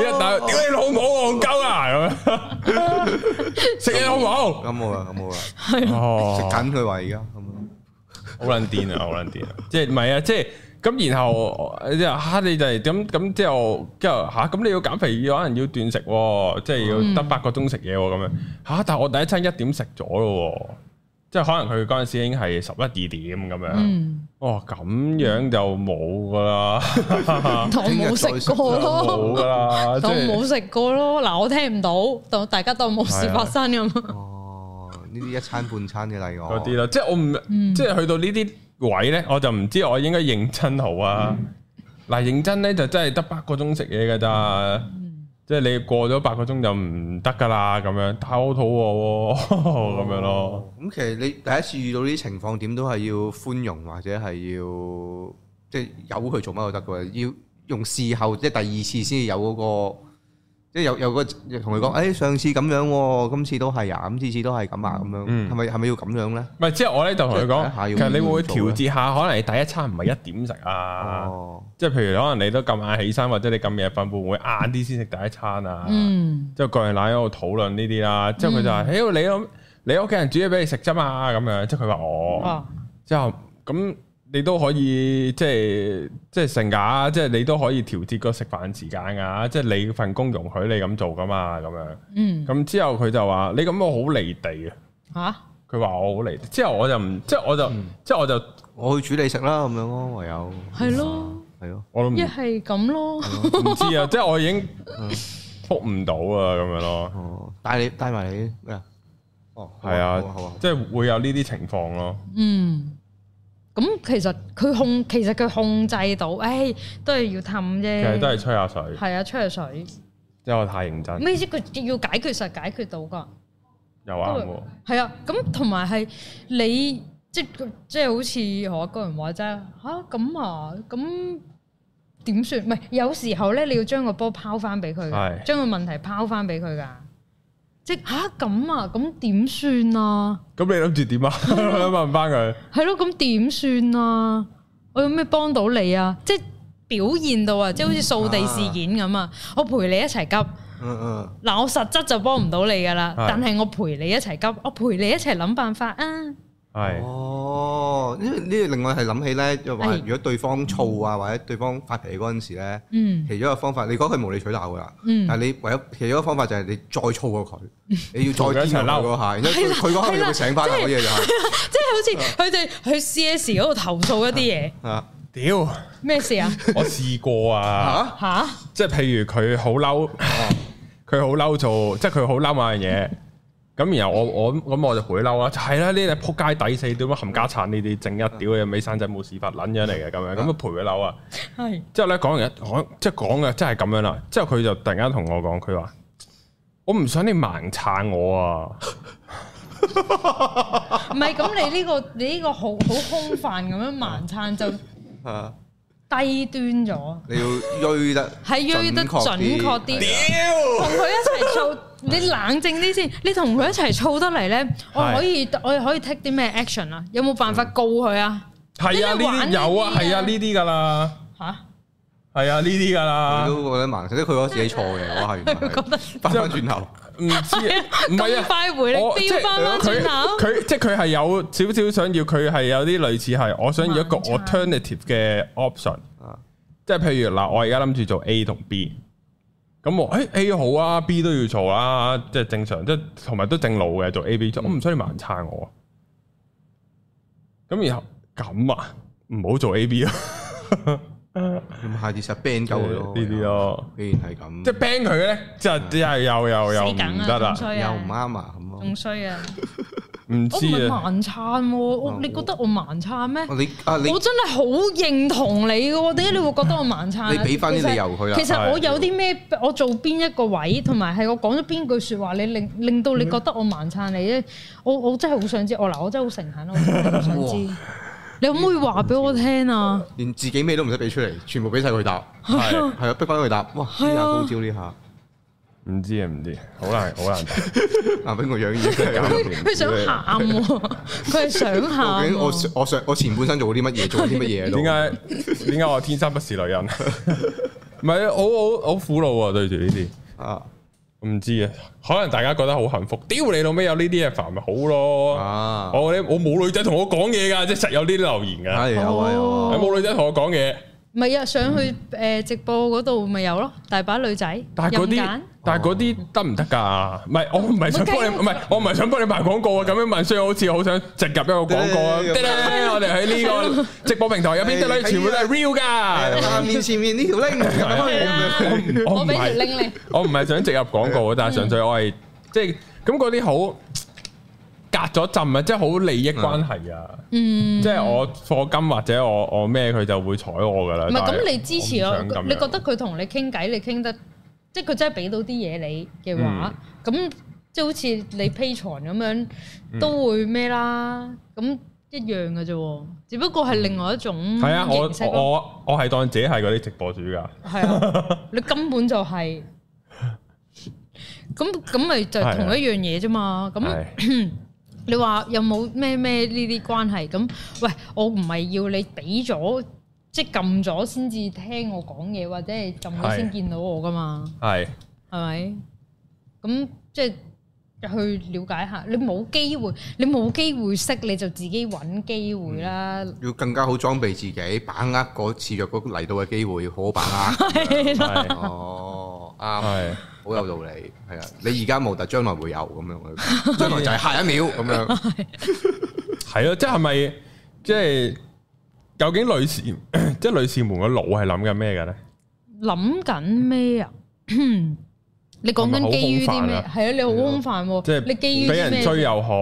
一打屌你老母戇鳩啊咁樣， 食嘢好冇？咁冇啦，咁冇啦，食哦緊佢話而家咁樣。好撚癲啊！好撚癲啊！即係唔係啊？即係咁，然後即係嚇你就係咁咁之後，之後嚇咁你要減肥，可能要斷食喎，即係要得八個鐘食嘢喎咁樣嚇。但係我第一餐一點食咗咯喎，即係可能佢嗰陣時已經係十一二點咁樣。嗯，哦，咁樣就冇噶 啦，當冇食冇過咯，噶啦，即當係冇食過咯。嗱，我聽唔到，當大家當冇事發生咁。哦，呢啲一餐半餐嘅例外。嗰啲啦。即係我唔嗯即係去到呢啲位咧，我就唔知我應該認真好啊。嗱，認真咧就真係得八個鐘食嘢㗎咋，即係你過咗八個鐘就唔得㗎啦咁樣，但係我好肚餓喎咁樣咯。哦。咁其實你第一次遇到呢啲情況，點都係要寬容或者係要即係由佢做乜都得嘅，要用事後即係第二次先有嗰、個。即係有有個同佢嗯講，誒、哎上次咁樣喎，今次都係啊，咁次次都係咁啊，咁樣嗯係咪係咪要咁樣咧？唔係，之後我咧就同佢即係睇下講，要其實你會唔會點做啊調呢節下？可能你第一餐唔係一點食啊，哦，即係譬如可能你都咁晏起身，或者你咁夜瞓，會唔會晏啲先食第一餐啊？嗯，之後個人奶喺度討論呢啲啦，之後佢就嗯話：，屌、你屋你屋企人煮嘢俾你食啫嘛，咁樣。即係佢話哦我。啊，之後咁你都可以即係即係成架，即係你都可以調節個食飯時間噶，即係你份工容許你咁做噶嘛，咁樣。嗯，咁之後佢就話你咁我好離地啊，嚇，佢話我好離地。之後我就唔，即係我就，嗯即係我就，我去煮你食啦，咁樣咯，唯有哦係咯，係咯。我都唔一係咁咯，唔知 啊，即係我已經嗯覆唔到啊，咁樣咯，哦，帶你帶埋你咩啊？哦，好係啊好好啊，即係會有呢啲情況咯。嗯。咁其實佢控，其實佢控制到，誒都係要氹其實啫，都係吹下水，係啊，吹下水。即係我太認真，咩意思？佢要解決實解決到噶，又啱喎。係啊。咁同埋係你即即係好似何個人話齋吓咁啊咁點算？唔係有時候咧，你要將個波拋翻俾佢㗎，係將個問題拋翻俾佢㗎。即吓咁啊，咁點算啊？咁你諗住 點啊？ 問翻佢。係咯，咁點算啊？我有咩幫到你啊？即係表現到啊，即係好似掃地事件咁啊！我陪你一齊急。嗯嗯。嗱，我實質就幫唔到你噶啦，係但係我陪你一齊急，我陪你一齊諗辦法啊！係哦，因為呢個另外係諗起咧，就話係如果對方燥啊，或者對方發脾氣嗰陣時咧，嗯其中一個方法，你講佢無理取鬧噶啦，嗯但係你唯一其中一個方法就係你再燥過 佢，你要同佢再一齊癲嬲過佢嗰下，然之後佢佢嗰下你會醒翻嗰嘢就係即係好似佢哋去 CS 嗰度投訴一啲嘢，啊屌，咩事 啊？我試過啊，嚇吓？即係譬如佢好 嬲，佢好嬲做，即係佢好嬲某樣嘢。咁然後我我咁我就會嬲啦，就係啦呢隻仆街抵死，點解冚家鏟呢啲正一屌嘅尾生仔冇屎忽撚樣嚟嘅咁樣，咁啊陪佢嬲啊！係之後咧講完一講，即係講嘅真係咁樣啦。之後佢就突然間同我講，佢話：我唔想你盲撐我啊！唔係咁？你呢個你呢個好好空泛咁樣盲撐就低啊！端咗，你要鋭得係鋭得準確啲。同佢一齊做，你冷靜啲先。你同佢一齊燥得嚟咧，我係可以我哋可以 take 啲咩 action 啊？有冇辦法告佢啊？係啊，呢你啲玩有啊，呢啲啊係啊，呢啲噶啦，吓？係啊，呢啲噶你啦。 都覺得盲，即係佢覺得自己錯嘅，我係唔係？翻翻轉頭唔知啊唔係咁啊。快回我力，即係掉翻翻轉頭。佢佢即係佢係有少少想要，佢係有啲類似係我想要一個晚餐 alternative 嘅 option，啊即係譬如嗱，我而家諗住做 A 同 B，咁我誒 A 好啊，B 都要做啦，即係正常，即係同埋都正路嘅做 A 嗯 B，我唔需要晚餐我啊，咁然後咁啊，唔好做 A B 咯，咁下次實 ban 鳩佢咯。呢啲。咯，既然係咁，即係 ban 佢嘅咧，就就又又又死唔梗啊，得啦仲，衰又唔啊，啱啊咁咯仲。衰啊！唔我唔係知啊，盲餐喎，我你覺得我盲餐咩？哦你啊你我真係好認同你嘅喎，點解你會覺得我盲餐啊？你俾返啲理由佢啦其實其實我係有啲咩，我做邊一個位，同埋係我講咗邊句説話，你令令到你覺得我盲餐你咧？我我真係好想知，我嗱我真係好誠懇，我真係好想知。你可唔可以話俾我聽啊？連自己咩都唔使俾出嚟，全部俾晒佢 答。係。係啊，逼翻佢答。哇，呢下高招呢下，唔知啊，唔知，好難，好難答。啊俾我養 嘢。佢佢想喊 喎，佢係想究喊竟我喎。上我上我前半生做過啲乜嘢，做過啲乜嘢咯？點解點解我天生不是女 人？唔係，好好好苦惱啊！對住呢啲，啊唔知啊。可能大家覺得好幸福，屌你老尾有呢啲嘢煩咪好咯。啊，我啲我冇女仔同我講嘢㗎，即係實有呢啲留言㗎。係有啊有啊哦，冇女仔同我講嘢，唔係啊，上去誒直播嗰度咪有咯，大把女仔但係嗰任揀啲但係嗰啲得唔得㗎？唔係，我唔係想幫你，唔係我唔係想幫你賣廣告啊！咁樣問，所以好似好想植入一個廣告啊！得得啦啦我哋喺呢個哎直播平台入邊得係啦，全部都係 real 㗎。下面哎前面呢條 link 係啦我唔我俾條係 link 你。我唔係想植入廣嗯告，啊但係純粹我係即係咁嗰啲好隔咗浸啊，即係好利益關係啊！嗯，即係我課金或者我我咩佢就會睬我噶啦。唔係但係咁，你支持我我唔想咁樣，你覺得佢同你傾偈，你傾得即係佢真係俾到啲嘢你嘅話，嗯咁、即係好似你 P 床咁樣都會咩啦，咁一樣嘅啫喎，只不過係另外一種嗯係啊？我形式咯，我我係當自己係嗰啲直播主㗎，係啊，你根本就係、 咁咁咪就係同一樣嘢啫嘛，咁。啊係啊你話有冇咩咩呢啲關係？咁喂，我唔係要你俾咗，即係撳咗先至聽我講嘢，或者係撳咗係先見到我噶嘛？係係咪？咁即係去了解下，你冇機會，你冇機會識，你就自己揾機會啦。要更加好裝備自己，把握嗰次若果嚟到嘅機會，好好把 握。係啦係哦，啱，係好有道理，係啊！你而家冇，但將來會有咁樣，將來就係下一秒咁樣。係咯，即係咪即係究竟女士 即係女士們個腦係諗緊咩嘅咧？諗緊咩啊？你講緊基於啲咩？係咪好空泛啊係啊，你好空泛喎！即係你基於俾啲咩人追啊又好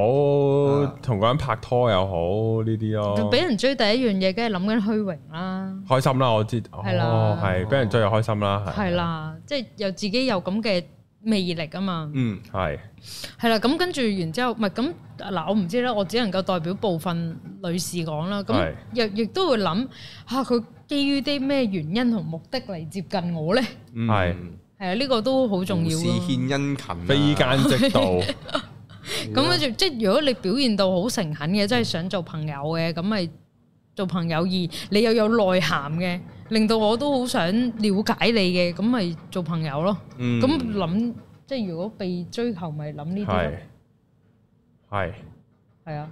啊，同個人拍拖又好呢啲咯。俾人追第一樣嘢，梗係諗緊虛榮啦。開心啦，我知，係啦哦，係啊俾人追又開心啦，係，啦，即係又自己有咁嘅魅力啊嘛，嗯，係係啦，咁跟住然之後，唔係咁嗱，我唔知啦，我只能夠代表部分女士講啦，咁係亦亦都會諗吓佢基於啲咩原因同目的嚟接近我咧？係係啊，呢個都好重嗯要事咯。獻殷勤啊，非奸 即盜，咁啊跟住，即係如果你表現到好誠懇嘅，真係想做朋友嘅，咁咪做朋友；而你又有內涵嘅，令到我都好想了解你嘅，咁咪做朋友咯。嗯，咁諗即係如果被追求，咪諗呢啲係咯，係係啊，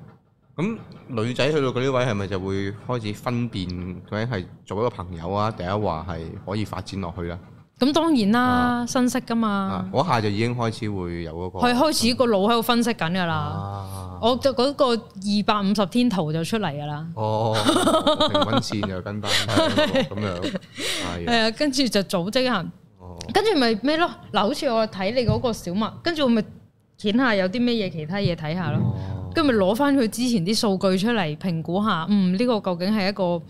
咁女仔去到嗰啲位係咪就會開始分辨究竟係做一個朋友啊，定係話係可以發展落去啦？咁當然啦，新識噶啊嘛，嗰下就已經開始會有嗰個佢開始個腦喺度分析緊噶啦，啊，我就嗰個二百五十天圖就出嚟噶啦，哦，平均線又跟翻咁樣，係啊係啊，跟住就組織行，哦跟住咪咩咯？嗱，好似我睇你嗰個小麥，跟住我咪掀下有啲咩嘢其他嘢睇下咯，哦跟住咪攞翻佢之前啲數據出嚟評估下，嗯，呢個究竟係一個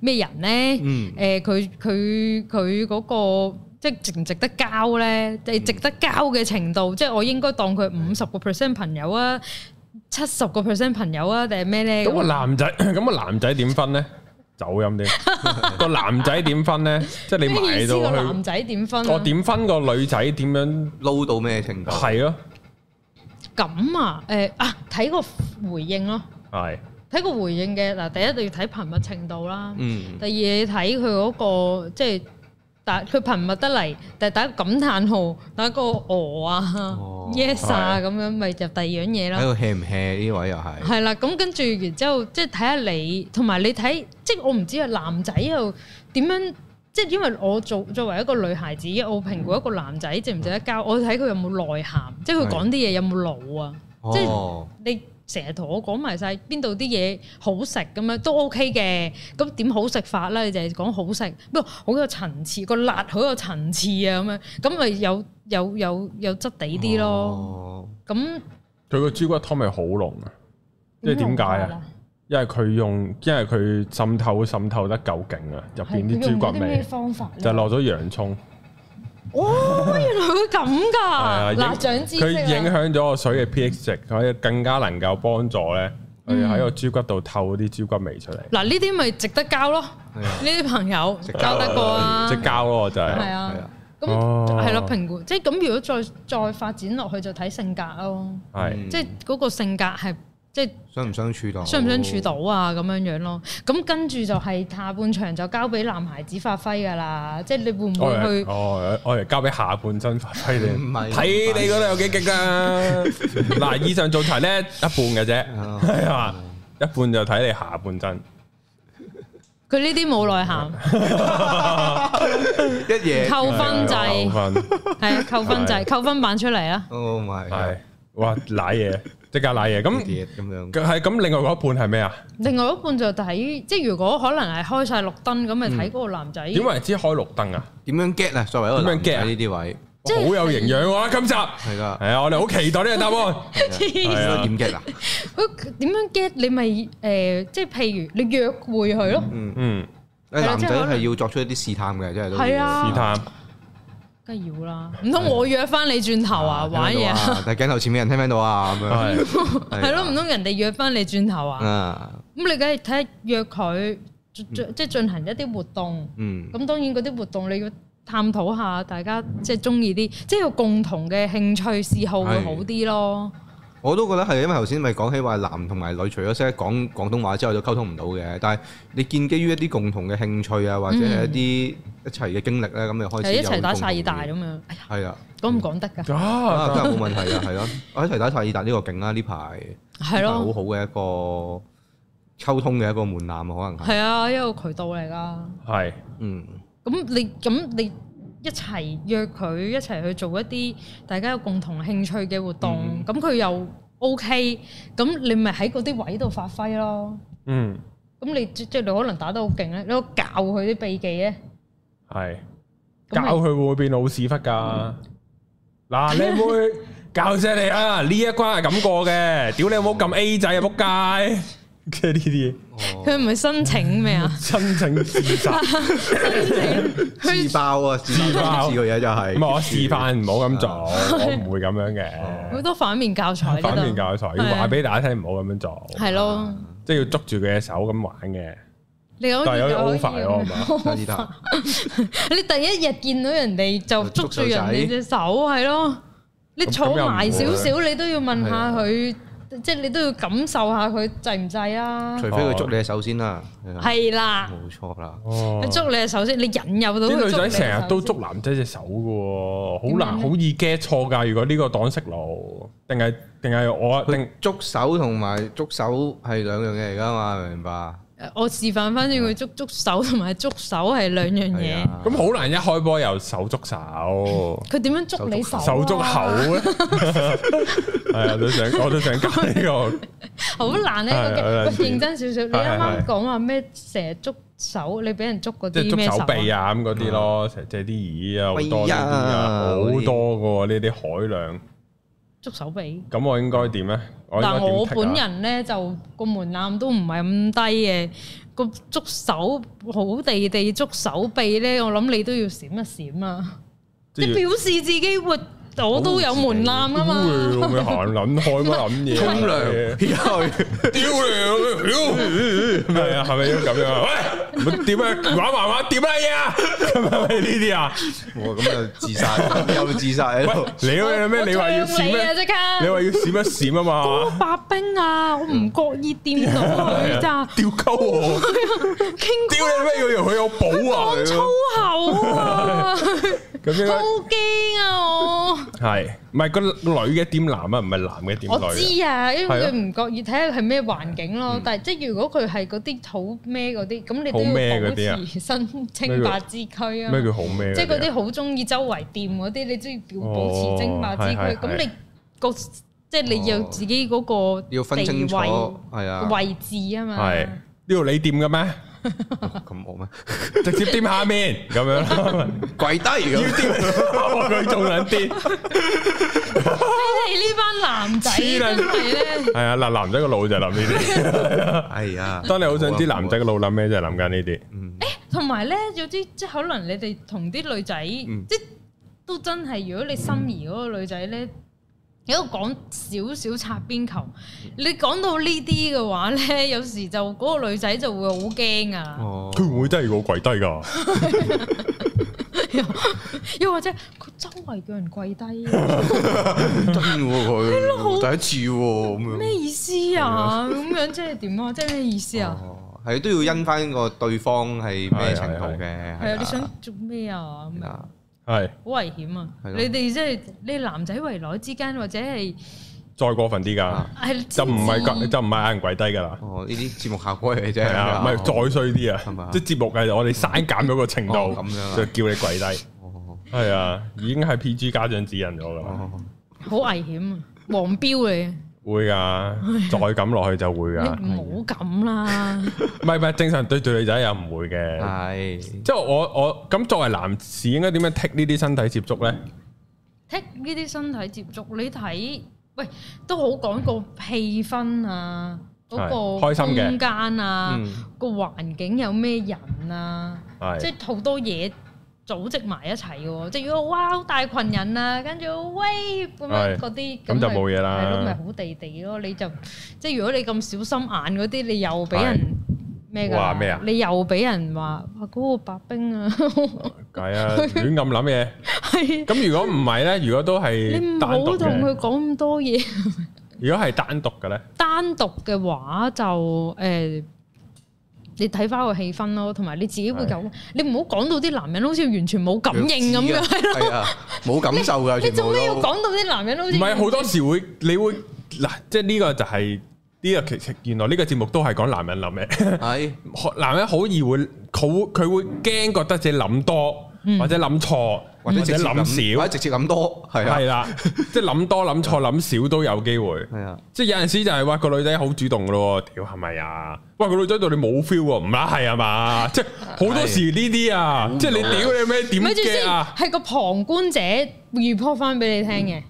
咩人呢？嗯誒佢佢佢嗰個即係值唔值得交咧？即係值得交嘅程度，即係我應該當佢五十個 percent 朋友啊，七十個 percent 朋友啊，定係咩咧？咁個咁男仔， 咁個男仔點分咧？走音 啲，個男仔點分咧？即係你咩意埋思？個到男仔點分去，我啊？點分個女仔點樣？撈到咩程哦度？係咯，咁啊？誒啊！睇個回應咯，係睇個回應嘅嗱，第一就要睇頻密程度啦，嗯第二你睇佢嗰個即係但佢頻密得嚟，但係打個感嘆號，打個哦啊、哦 yes 啊咁樣，咪就第二樣嘢喺啦。度 hea 唔 hea 呢位又係，係啦，咁跟住然之後，即係睇下你，同埋你睇，即係我唔知啊，男仔又點樣？即係因為我做作為一個女孩子，我評估一個男仔值唔值得交，我睇佢有冇內涵，即係佢講啲嘢有冇腦啊。即係哦，你成日同我講埋晒邊度啲嘢好食咁樣都 OK 嘅，咁點好食法啦？你就係講好食，不過好有層次，個辣好有層次啊咁樣，咁咪有有有有質地啲咯。哦，咁佢個豬骨湯咪好濃啊！即係點解啊？？因為佢用，因為佢滲透滲透得夠勁啊，入邊啲豬骨味方法就落咗洋葱，哦，原來佢 咁啊㗎！影嗱，長知佢識啊影啦。響咗個水嘅 pH 值，佢可以更加能夠幫助咧，佢嗯喺個豬骨度透啲豬骨味出嚟，嗱，呢啲咪值得交咯，係呢啊啲朋友值得交得過啊，即係膠咯，就係係啊係啊。咁哦係咯，評估即係咁。如果再再發展落去，就睇性格咯。係嗯即係嗰個性格係即係相唔相處到，相唔相處到啊咁樣樣咯。咁跟住就係下半場就交俾男孩子發揮㗎啦。即係你會唔我會嚟去？哦，我嚟交俾下半身發揮 唔你係，睇你嗰度有幾勁 啊！嗱，以上做題咧一半嘅啫，哦 係嘛，一半就睇你下半身。佢呢啲冇 內涵，一嘢扣分制係啊 扣分係啊扣分制，啊係扣分版出嚟啊啦。 ，Oh my，係哇，舐嘢即刻舐嘢咁。啲嘢咁樣，係咁，另外嗰一半係咩啊？另外一半就睇，即係如果可能係開晒綠燈咁，咪嗯睇嗰個男仔。 點為之開綠燈啊？點樣 get 啊？作為一個點樣男仔 get 啊呢啲位，即好係有營養啊！今集係係啦，啊，我哋好期待呢個答案。黐係啊點 get 啊？佢點樣 get 你咪誒？即係譬如你約會佢咯，嗯，誒係啦男即係仔可能係要作出一啲試探嘅，即係都係要啊試探梗係要啦。唔通我約翻你轉頭啊玩嘢啊？ 但係鏡頭啊前面人聽唔聽到啊？咁樣係係咯，唔通人哋約翻你轉頭啊？啊，咁你梗係睇下約佢，即即係進行一啲活動。嗯，咁當然嗰啲活動你要探討下，大家即係中意啲，即係有共同嘅興趣嗜好會好啲咯。我都覺得係，因為頭先咪講起話男同埋女除咗識得講廣東話之後，就溝通唔到嘅。但係你建基於一啲共同嘅興趣啊，或者係一啲一齊嘅經歷咧，咁你開就始嗯一有齊打共同晒爾大嘅咁樣，哎呀，係啦，講唔講得㗎？ 啊，啊真係冇問題啊，係咯，我一齊打晒爾達呢個勁啊啦，呢排係呢排好咯，好嘅一個溝通嘅一個門檻啊，可能係係啊，一個渠道嚟㗎。係嗯咁你咁你一齊約佢一齊去做一啲大家有共同興趣嘅活嗯動，咁佢、又 OK，咁你咪喺嗰啲位度發揮咯。嗯咁你即即係你可能打得好勁咧，你都教佢啲秘技咧，係教咁咪佢會唔會變老屎忽㗎？嗱，你妹 教死你啊！呢一關係咁過嘅，屌你有冇咁 A 制啊！仆街，即係呢啲嘢？哦佢唔係申請咩啊申請自殺。自爆啊，自爆爆自個嘢就係唔係我示範，唔好咁做，我唔會咁樣好嘅。多反面教材呢度，嗯反面教材要話俾大家聽，唔好咁樣做，係咯。即係要捉住佢嘅手咁玩嘅。你有但係有啲啲 over 咯係嘛打爾達。 你第一日見到人哋就捉住人哋隻手，係咯？你坐埋少少，你都要問啊下佢，即係你都要感受下佢制唔制啊除？非佢捉你隻手先啦，係啊係啦，冇錯啦。哦你捉你隻手先，你引誘到佢啲女捉仔你隻手成日都先捉男仔隻手嘅喎，好點樣難呢好易 get 錯㗎。如果呢個黨識路，定係定係我定捉手同埋捉手係兩樣嘢嚟噶嘛，明唔明白？誒我示範翻先，佢捉捉手同埋捉手係兩係樣嘢。啊，咁好難一開波又手捉手，佢點樣捉你手啊？手捉口 咧。係啊，都想我都想教呢 個好難呢係係個嘅。係喂，認真少少，你係啱係啱講話咩？成日捉手，你俾人捉嗰即係啲捉咩手臂啊？啊咁嗰啲咯，成借啲耳啊好多呢啲啊，哎呀好多嘅喎呢啲海量。捉手臂。咁我應該點咧？我應該但點我剔啊本人咧就個門檻都唔係咁低嘅，個捉手好地地捉手臂咧，我諗你都要閃一閃啊！即即係係表示自己活，我都有門檻啊要嘛。 會會唔會行撚開乜撚嘢？沖涼，屌你，屌！係啊，係咪要咁樣啊？喂，唔好點啊？玩漫畫點乜嘢啊？咁係咪呢啲啊？我咁就自殺，又自殺喺度喂，，你咩咩？你話要我閃唱你啊！咩？即刻你話要閃一閃啊嗯嘛？白冰啊，我唔覺意掂到 à, 佢 咋，吊鳩我，傾屌你咩？要佢有寶啊！講粗 口啊，咁應該好驚啊我！係唔係個女嘅點男啊？唔係男嘅點女我啊。知啊，因為係啊嗯佢唔覺意睇下係咩環境咯。但係即係如果佢係嗰啲好咩嗰啲，咁你都好咩嗰啲要啊保持身清白之區啊。咩叫好咩？即係嗰啲好中意周圍掂嗰啲，你都要哦保保持清白之係係區。咁係你個即係你有自己嗰個哦要分清楚，地位係啊，位置啊嘛。係呢度你掂嘅咩？咁惡咩？直接掂下面咁 樣啦，跪低要咁，掂佢仲撚掂。你哋呢班男仔黐撚真係咧，係啊，嗱，男仔個腦就係諗呢啲。哎呀！當你好想知好啊男仔個腦諗咩，就係諗緊呢啲。同埋咧有啲即係可能你哋同啲女仔，嗯即係都真係如果你心儀嗰個女仔咧。有一個講少少擦邊球，你講到呢 啲嘅話咧，有時就嗰、個女仔就會好驚啊！哦， 佢會唔會真係要我跪低㗎？ 又或者佢周圍叫人跪低啊，真喎好佢，第一次喎咁樣。咩意思啊？咁樣即係點啊？即係咩意思啊？哦，係都要因翻個對方係咩程度嘅，係啊，啊你想做咩啊？咁樣啊係好危險啊！係咯你哋即係你男仔圍內之間，或者係再過分啲㗎啊，係就唔係咁跪，就唔係嗌人跪低㗎啦。哦，呢啲節目效果嚟啫，係啊，唔係再衰啲係嘛啊，即係節目係我哋刪減咗個程度，哦咁樣啊就叫你跪低。哦係啊，已經係 PG 家長指引咗㗎啦。哦好危險啊！黃標嚟會㗎，再咁落去就會嘅，㗎。你唔啊好咁啦。唔係唔係，正常對對女仔又唔會嘅。係即係我我咁作為男士應該點樣剔呢啲身體接觸咧？剔呢啲身體接觸，你睇喂都好講個氣氛啊，嗰個係開心嘅空間啊嗯，個環境有咩人啊，即係係好多嘢組織埋一齊嘅喎。即係如果哇好大群人啊，跟住喂咁係樣嗰啲，咁就咪冇嘢啦係咯，咪好地地咯。你就即係如果你咁小心眼嗰啲，你又俾人係。咩㗎？話咩啊你又俾人話哇嗰個白冰啊， 係啊，亂咁諗嘢。係咁如果唔係咧，如果都你係唔單好獨同佢嘅，講咁多嘢。如果係單獨嘅咧，單獨嘅話就誒、你睇翻個氣氛咯，同埋你自己會咁，你唔好講到啲男人好似完全冇感應咁樣，係咯。係啊，冇感受㗎，你全做部咩要講都到啲男人好唔似係好多時會你會嗱，即係呢個就係呢個其實原來呢個節目都係講男人諗嘅， 係男人好易會好佢會驚覺得自己諗多嗯或者諗錯或或者者直接啊諗或少，者直接諗多，係係啊啦，即係諗多諗錯諗少都有機會。係啊，即係有陣時就係話個女仔好主動嘅咯喎，屌係咪啊？喂個女仔對你冇 feel 喎，唔啦係啊嘛？即係好多時呢啲啊，即係你屌你咪咩住點先，嘅啊？係個旁觀者 report 翻俾你聽嘅，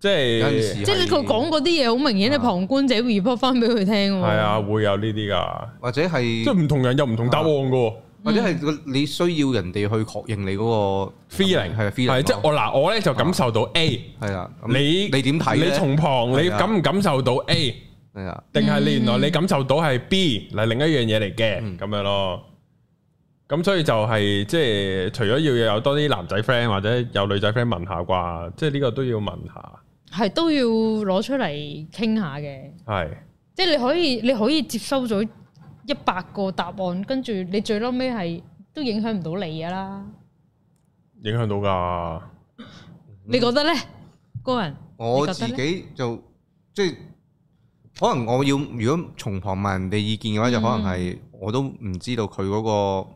即嗯係有陣啊時即係佢講嗰啲嘢好明顯，你旁觀者 report 翻俾佢聽喎。係啊，會有呢啲噶，或者即係係唔同人有唔同答案噶喎或者係個你需要人哋去確認你嗰個 feeling 係啊係 feeling 即係我嗱我咧就感受到 A，係啦，咁你你點睇咧你從旁你係啊感唔感受到 A，係啊，定係你原來你感受到係 B 嗱另一樣嘢嚟嘅咁樣咯。咁所以就係即係除咗要有多啲男仔 friend 或者有女仔 friend 問下啩，即係呢個都要問下，係都要攞出嚟傾下嘅。係即係你可以你可以接收咗一百個答案，跟住你最嬲尾係都影響唔到你噶啦。影響到㗎。嗯你覺得咧？個人我你覺自得咧己就即係可能我要如果從旁問人哋意見嘅嗯話，就可能係我都唔知道佢嗰、個，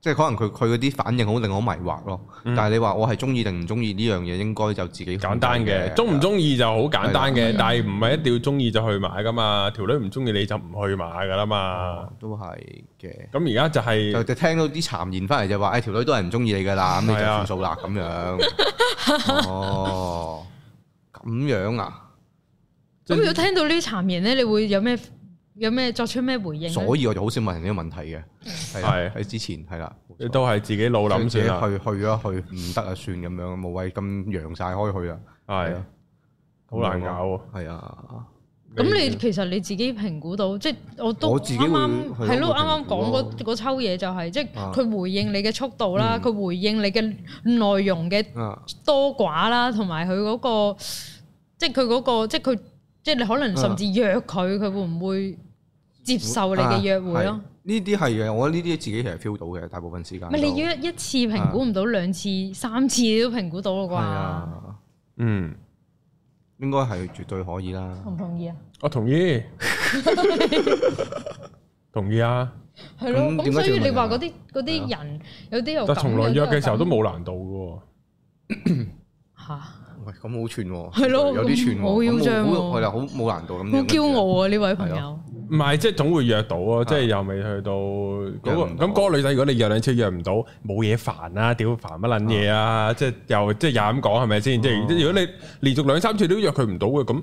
即係可能佢佢嗰啲反應好令我迷惑咯。嗯但係你話我係中意定唔中意呢樣嘢，應該就自己簡單嘅，中中唔中意就好簡單係嘅啦，但係唔係一定要中意就去買噶嘛，條女唔中意你就唔去買噶啦嘛。都係嘅。咁而家就係就就聽到啲谗言翻嚟就話，誒、條女都係唔中意你 㗎啦，咁你就係啊算數啦咁樣。 哦，咁樣啊，咁如果聽到呢啲谗言咧，你會有咩有咩作出咩回應呢？所以我就好少問人呢個問題嘅，係啊係喺之前係啦，冇錯你都係自己腦諗自算己啦，去去啊去，唔得啊算咁樣，Dạ, 無謂咁揚晒開去啦。係好難搞喎。啊係啊，咁你其實你自己評估到，即係我都我自啱己會啱係咯係咯，會啱啱評估講咯嗰嗰抽嘢就係，即係啊佢回應你嘅速度啦，佢回應你嘅內容嘅啊，多寡啦，同埋佢嗰個，即係佢嗰個，即係佢，即係你可能甚至約佢，佢會唔會接受你嘅約會啊咯？係呢啲係嘅，我覺得呢啲自己其實 feel 到嘅，大部分時間唔係都你約一次評估唔到，兩次、三次你都評估到係啦啊，嗯，應該係絕對可以啦啩？。同唔同意啊？我同意，同意啊！係咯，咁咁點解所以仲要你話問嗰啲嗰啲人有啲又但咁，從來有約啲又嘅時候都咁冇難度嚇。喂，咁好串喎，係咯有啲串喎，好好囂張咁喎好好係啦，好冇難度咁好樣。驕傲啊！呢位朋係友，嘅喎，唔係即係總會約到啊！即係啊又未去到嗰個約唔到咁嗰個女仔，如果你約兩次約唔到，冇嘢煩啊！屌煩乜撚嘢啊！即係又即係又咁講係咪先？即係即係如果你連續兩三次都約佢唔到嘅，咁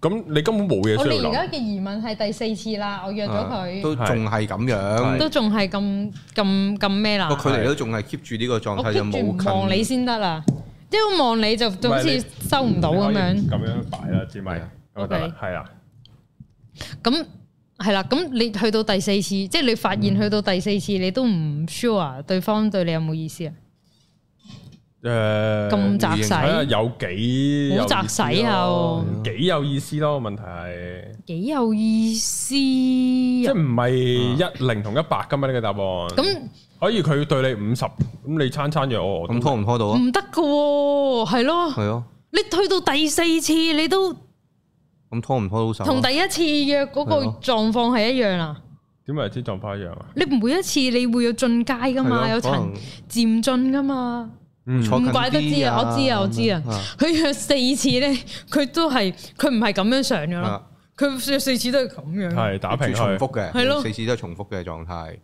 咁你根本冇嘢我需哋要而諗。家嘅疑問係第四次啦，我約咗啊佢，都仲係咁樣，都仲係咁咁咁咩啦啊個？距離都仲係 keep 住呢個狀我態，就 keep 住唔冇望你近。先得啦，即係望你就就好唔係似收唔到咁你可以樣，咁樣擺啦，知咪係啊？我覺得 OK 係啦，咁。係啦，咁你去到第四次，即係你發現去到第四次，你都唔 sure 對方對你有冇意思啊？誒咁窄窄使睇下使，有幾有好窄使意思啊咯我幾有意思咯？問題係。幾有意思即係啊！唔係一零同一百噶嘛？呢個答案咁咁可以佢對你五十，咁你餐餐約我，我都咁拖唔拖到啊？唔得噶喎，係咯，係咯，你去到第四次你都咁拖唔拖到手啊？同第一次約嗰個係咯狀況係一樣啊！點為之狀況一樣啊？你每一次你會有進階噶係咯嘛，有可能層漸進噶嘛，嗯坐近唔怪得知啲啊！我知啊，我知啊咁樣啊，佢約四次咧，佢都係佢唔係咁樣上嘅咯啊，佢約四次都係咁樣。係打平嗯重佢，複嘅，係咯四次都係重複嘅狀態，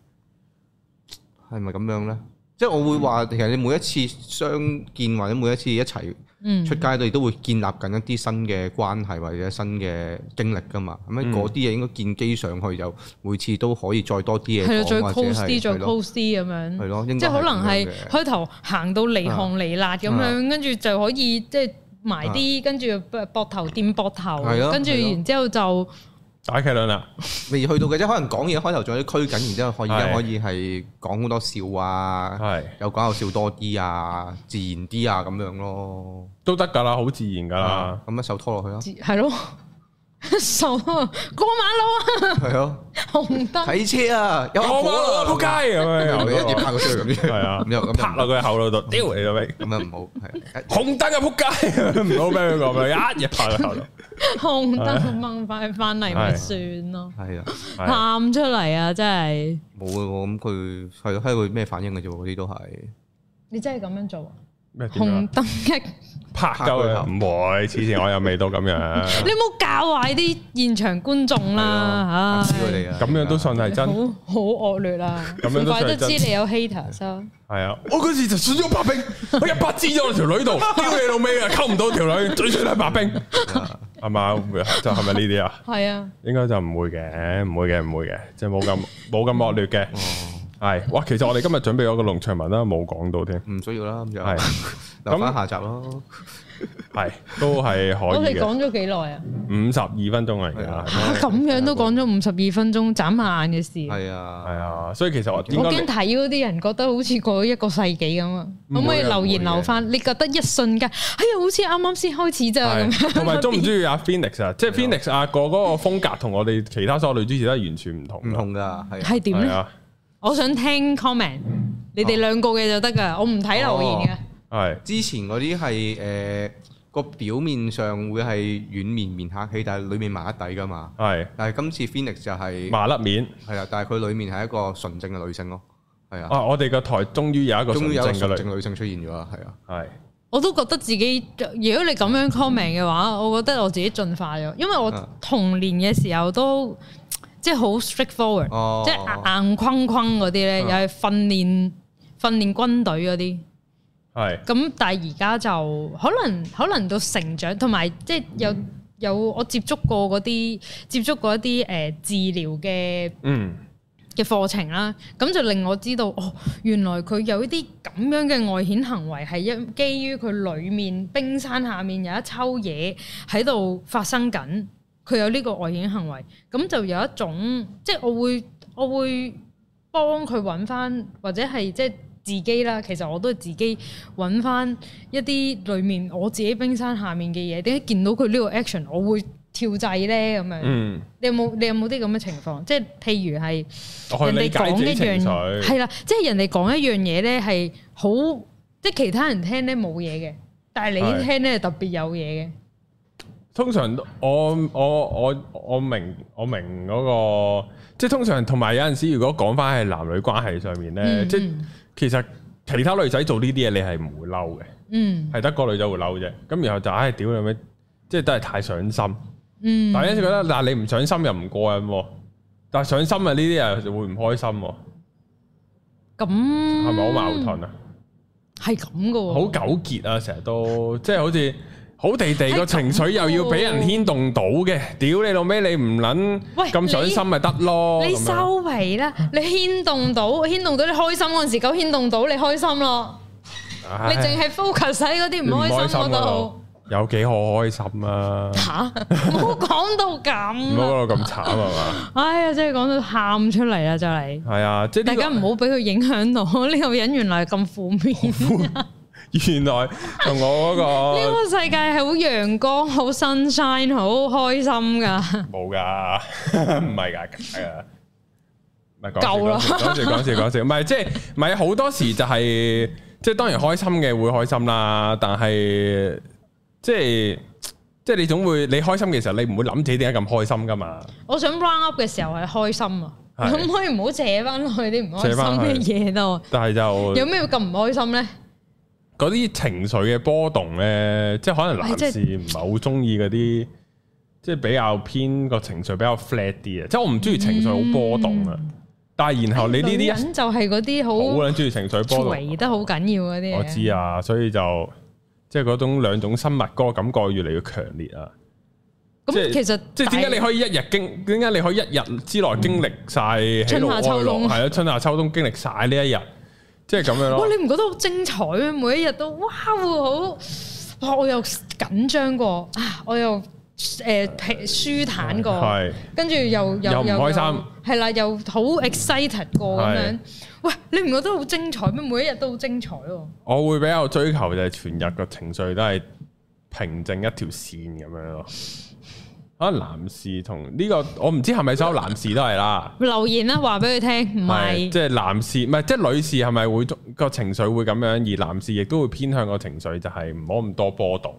係咪咁樣咧？嗯即係我會話，其實你每一次相見或者每一次一齊嗯出，街，你都會建立緊一啲新嘅關係或者新嘅經歷噶嘛。咁嗯樣嗰啲嘢應該建基上去，就每次都可以再多啲嘢係講，啦，再或 close 者啲，係再係咯 close 啲咁係樣，咯，應即該係可能係係咁樣嘅啊開頭行到離行離辣咁樣，跟住就可以即係埋啲，跟住膊頭掂膊頭係咯，跟住係咯然之後就打茄輪啊啦，未去到嘅，即係可能講嘢開頭仲有啲拘謹，然之後可以而係家可以係講好多笑啊，係有講有笑多啲啊，自然啲啊咁樣咯。都得㗎啦，好自然㗎啦。咁一手拖落去啦，係咯， 手過馬路係咯，啊， 紅燈。睇車啊，有我阿婆我啊，仆街咁樣咁樣，又一嘢拍佢出去咁係樣，啊，咁又咁拍落又佢後腦度，屌你老味！咁又唔好，係紅燈啊，仆 街！唔好俾佢講啦，一嘢拍佢後腦。紅燈掹翻翻嚟咪算咯，係啊，係喊出嚟啊！真係，冇啊，我咁佢係啊咯，睇佢咩反應嘅啫喎，嗰啲都係你真係咁樣做啊？咩點紅啊？燈一，拍鳩佢唔會，此前我又未到咁樣，你唔好教壞啲現場觀眾啦嚇死佢唉，哋啊，咁樣都信係好真。好惡劣啊啦！咁樣都怪得知算係真你有 haters 啊！系啊，我嗰時就選咗白冰， 我一巴支咗我條女 度，屌你老味啊，溝唔到條女，最衰都係白冰， 係嘛？會就係咪呢啲啊？係啊，應該就唔會嘅，唔會嘅，唔會嘅，即係冇咁冇咁惡劣 嘅。係，哇！其實我哋今日準備咗個農場文啦，冇講到添，唔需要啦，咁就係留翻下集咯，係都係我可以哋嘅。講咗幾耐啊？五十二分鐘啊，而係啊家嚇咁樣都講咗五十二分鐘，眨下眼嘅事。係嗯係啊，啊，所以其實我應我該驚睇嗰啲人覺得好似過咗一個世紀咁啊！唔可會唔可以嘅留唔言會嘅留翻？你覺得一瞬間，哎呀，好似啱啱先開始咋咁係同埋中唔中意阿 Phoenix 啊？即係 Phoenix 阿個嗰個風格同我哋其他所有女主持都係完全唔同唔㗎。同㗎，係啊係點係咧？啊，我想聽 comment，你哋兩個嘅就得哦噶，我唔睇留言係之前嗰啲係誒個表面上會係軟綿綿客氣，但係裡面麻甩底㗎嘛。係但係今次 Phoenix 就係麻甩面。係啦，但係佢裡面係一個純正嘅女性咯，係啊，啊！我哋個台終於有一個終純於有一正個嘅女，純正女性出現咗啦，係啊，係嘅，我都覺得自己，如果你咁樣 comment 嘅話，我覺得我自己進化咗，因為我啊童年嘅時候都即係好 straightforward，哦即係硬框框嗰啲咧，又啊係訓練訓練軍隊嗰啲。係咁但係而家就可能可能到成長，同埋即係有有我接觸過嗰啲接觸過一啲誒、呃治療嘅嗯嘅課程啦，咁就令我知道哦，原來佢有一啲咁樣嘅外顯行為係因基於佢裡面冰山下面有一抽嘢喺度發生緊，佢有呢個外顯行為，咁就有一種即係我會我會幫佢揾翻，或者係即係自己啦。其實我都係自己揾翻一啲裏面我自己冰山下面嘅嘢。點解見到佢呢個 action，我會跳掣咧咁樣？嗯，你有冇你有冇啲咁嘅情況？即係譬如係。我去人理哋解講自己一情樣緒，係啦，即係人哋講一樣嘢咧係好，即係其他人聽咧冇嘢嘅，但係係你聽咧特別有嘢嘅。通常都我我我我明我明嗰個，即係通常同埋有陣時，如果講翻係男女關係上面咧，嗯即係其實其他女仔做呢啲嘢，你係唔會嬲嘅，嗯係得個女仔會嬲啫。咁然後就唉屌你咩，即係都係太上心。嗯，但係有陣時覺得，嗱你唔上心又唔過癮喎，但係上心啊呢啲人就會唔開心喎，咁係係咪好矛？盾啊？係咁噶喎，好糾結啊！成日都即係好似好地地個係咁情緒又要俾人喎牽動到嘅，屌你老尾你唔撚喂咁上心咪得咯？你咁樣收皮 啦！你牽動到，牽動到你開心嗰陣時，夠牽動到你開心咯。唉你淨係 focus 喺嗰啲唔你唔開心嗰嗰度有幾可開心啊？嚇，唔好講到唔咁好啊！講到咁慘係嘛？哎呀，真係講到喊出嚟啦，就嚟。係啊，即係大呢個家唔好俾佢影響到，呢個人原來係咁負面。 原來同我 呢嗰個世界係好陽光、好 sunshine、好開心噶。個冇㗎， 唔係㗎，假㗎。唔係講笑夠啦講笑講笑 講笑，唔係即係唔係好多時就係即係當然開心嘅會開心啦，但係即係即係你總會你開心嘅時候，你唔會諗自己點解咁開心㗎嘛？我想 round up 嘅時候係開心啊，係可唔可以唔好扯翻落去啲唔開扯返去心嘅嘢度？但係就有咩咁唔開心咧？嗰啲情緒嘅波動咧，即係可能唉男即係士唔係好中意嗰啲，即係比較偏個情緒比較 flat 啲嘅，即係我唔中意情緒好波動啊。但係然後你呢嗯女啲一人就係嗰啲好好撚中意情緒波動攰，得好緊要嗰啲嘢。我知啊，所以就即係嗰種兩種生物嗰個感覺越嚟越強烈啊！即係咁其實即係點解你大可以一日經？點解你可以一日之內經歷晒喜怒哀嗯春夏秋樂？冬係啊，春夏秋冬經歷晒呢一日，即係咁樣哇咯。！你唔覺得好精彩咩？每一日都哇好，哇我又緊張過啊，我又誒疲舒坦過。係跟住又又又唔開心，係啦，又好 excited 過咁係樣。喂，你唔覺得好精彩咩？每一日都好精彩喎。我會比較追求就係全日個情緒都係平靜一條線咁樣咯。可能男士同呢、個我唔知係咪所有男士都係啦，留言啦，話俾佢聽，唔係係即係男士唔係即係女士係咪會中個情緒會咁樣，而男士亦都會偏向個情緒就係唔好咁多波動。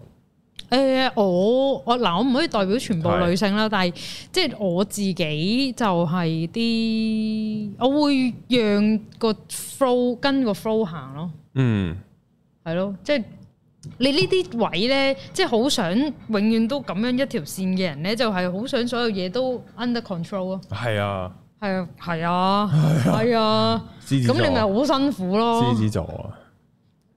誒我我嗱，我唔可以代表全部女性啦，但係即係我自己就係啲，我會讓個 flow 跟個 flow 行咯。嗯，係咯，即係你呢啲位咧，即係好想永遠都咁樣一條線嘅人咧，就係好想所有嘢都 under control 咯。係啊，係啊，係啊，係啊，獅子咁座，你咪好辛苦咯獅。子座，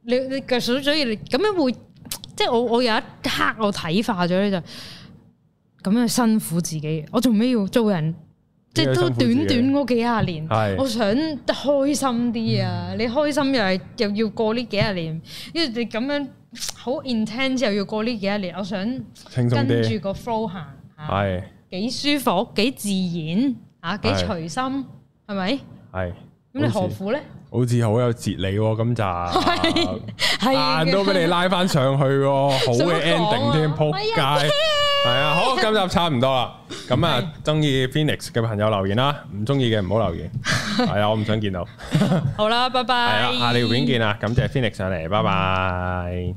你你嘅所所以你咁樣會，即係我我有一刻我睇化咗咧就，咁樣辛苦自己，我做咩要做人？即係都短短嗰幾廿年係，嗯我想開心啲啊！你開心又係又要過呢幾廿年，因為你咁樣好 intense 又要過呢幾廿年，我想輕鬆跟住啲，個 flow 行嚇，係幾舒服，幾自然嚇，幾係隨心，係咪？係。咁你何好似苦咧？好似好有哲理喎，今集。 係嘅硬都俾你拉翻上去 喎，好想講嘅啊哎 ending 添，仆街。係啊， 好，今集差唔多啦。咁啊，中意 Phoenix 嘅朋友留言啦，唔中意嘅唔好留言。係啊，我唔想見到。係好啦，拜拜。啊啊，下條片見啦，感謝 Phoenix 上嚟，拜拜。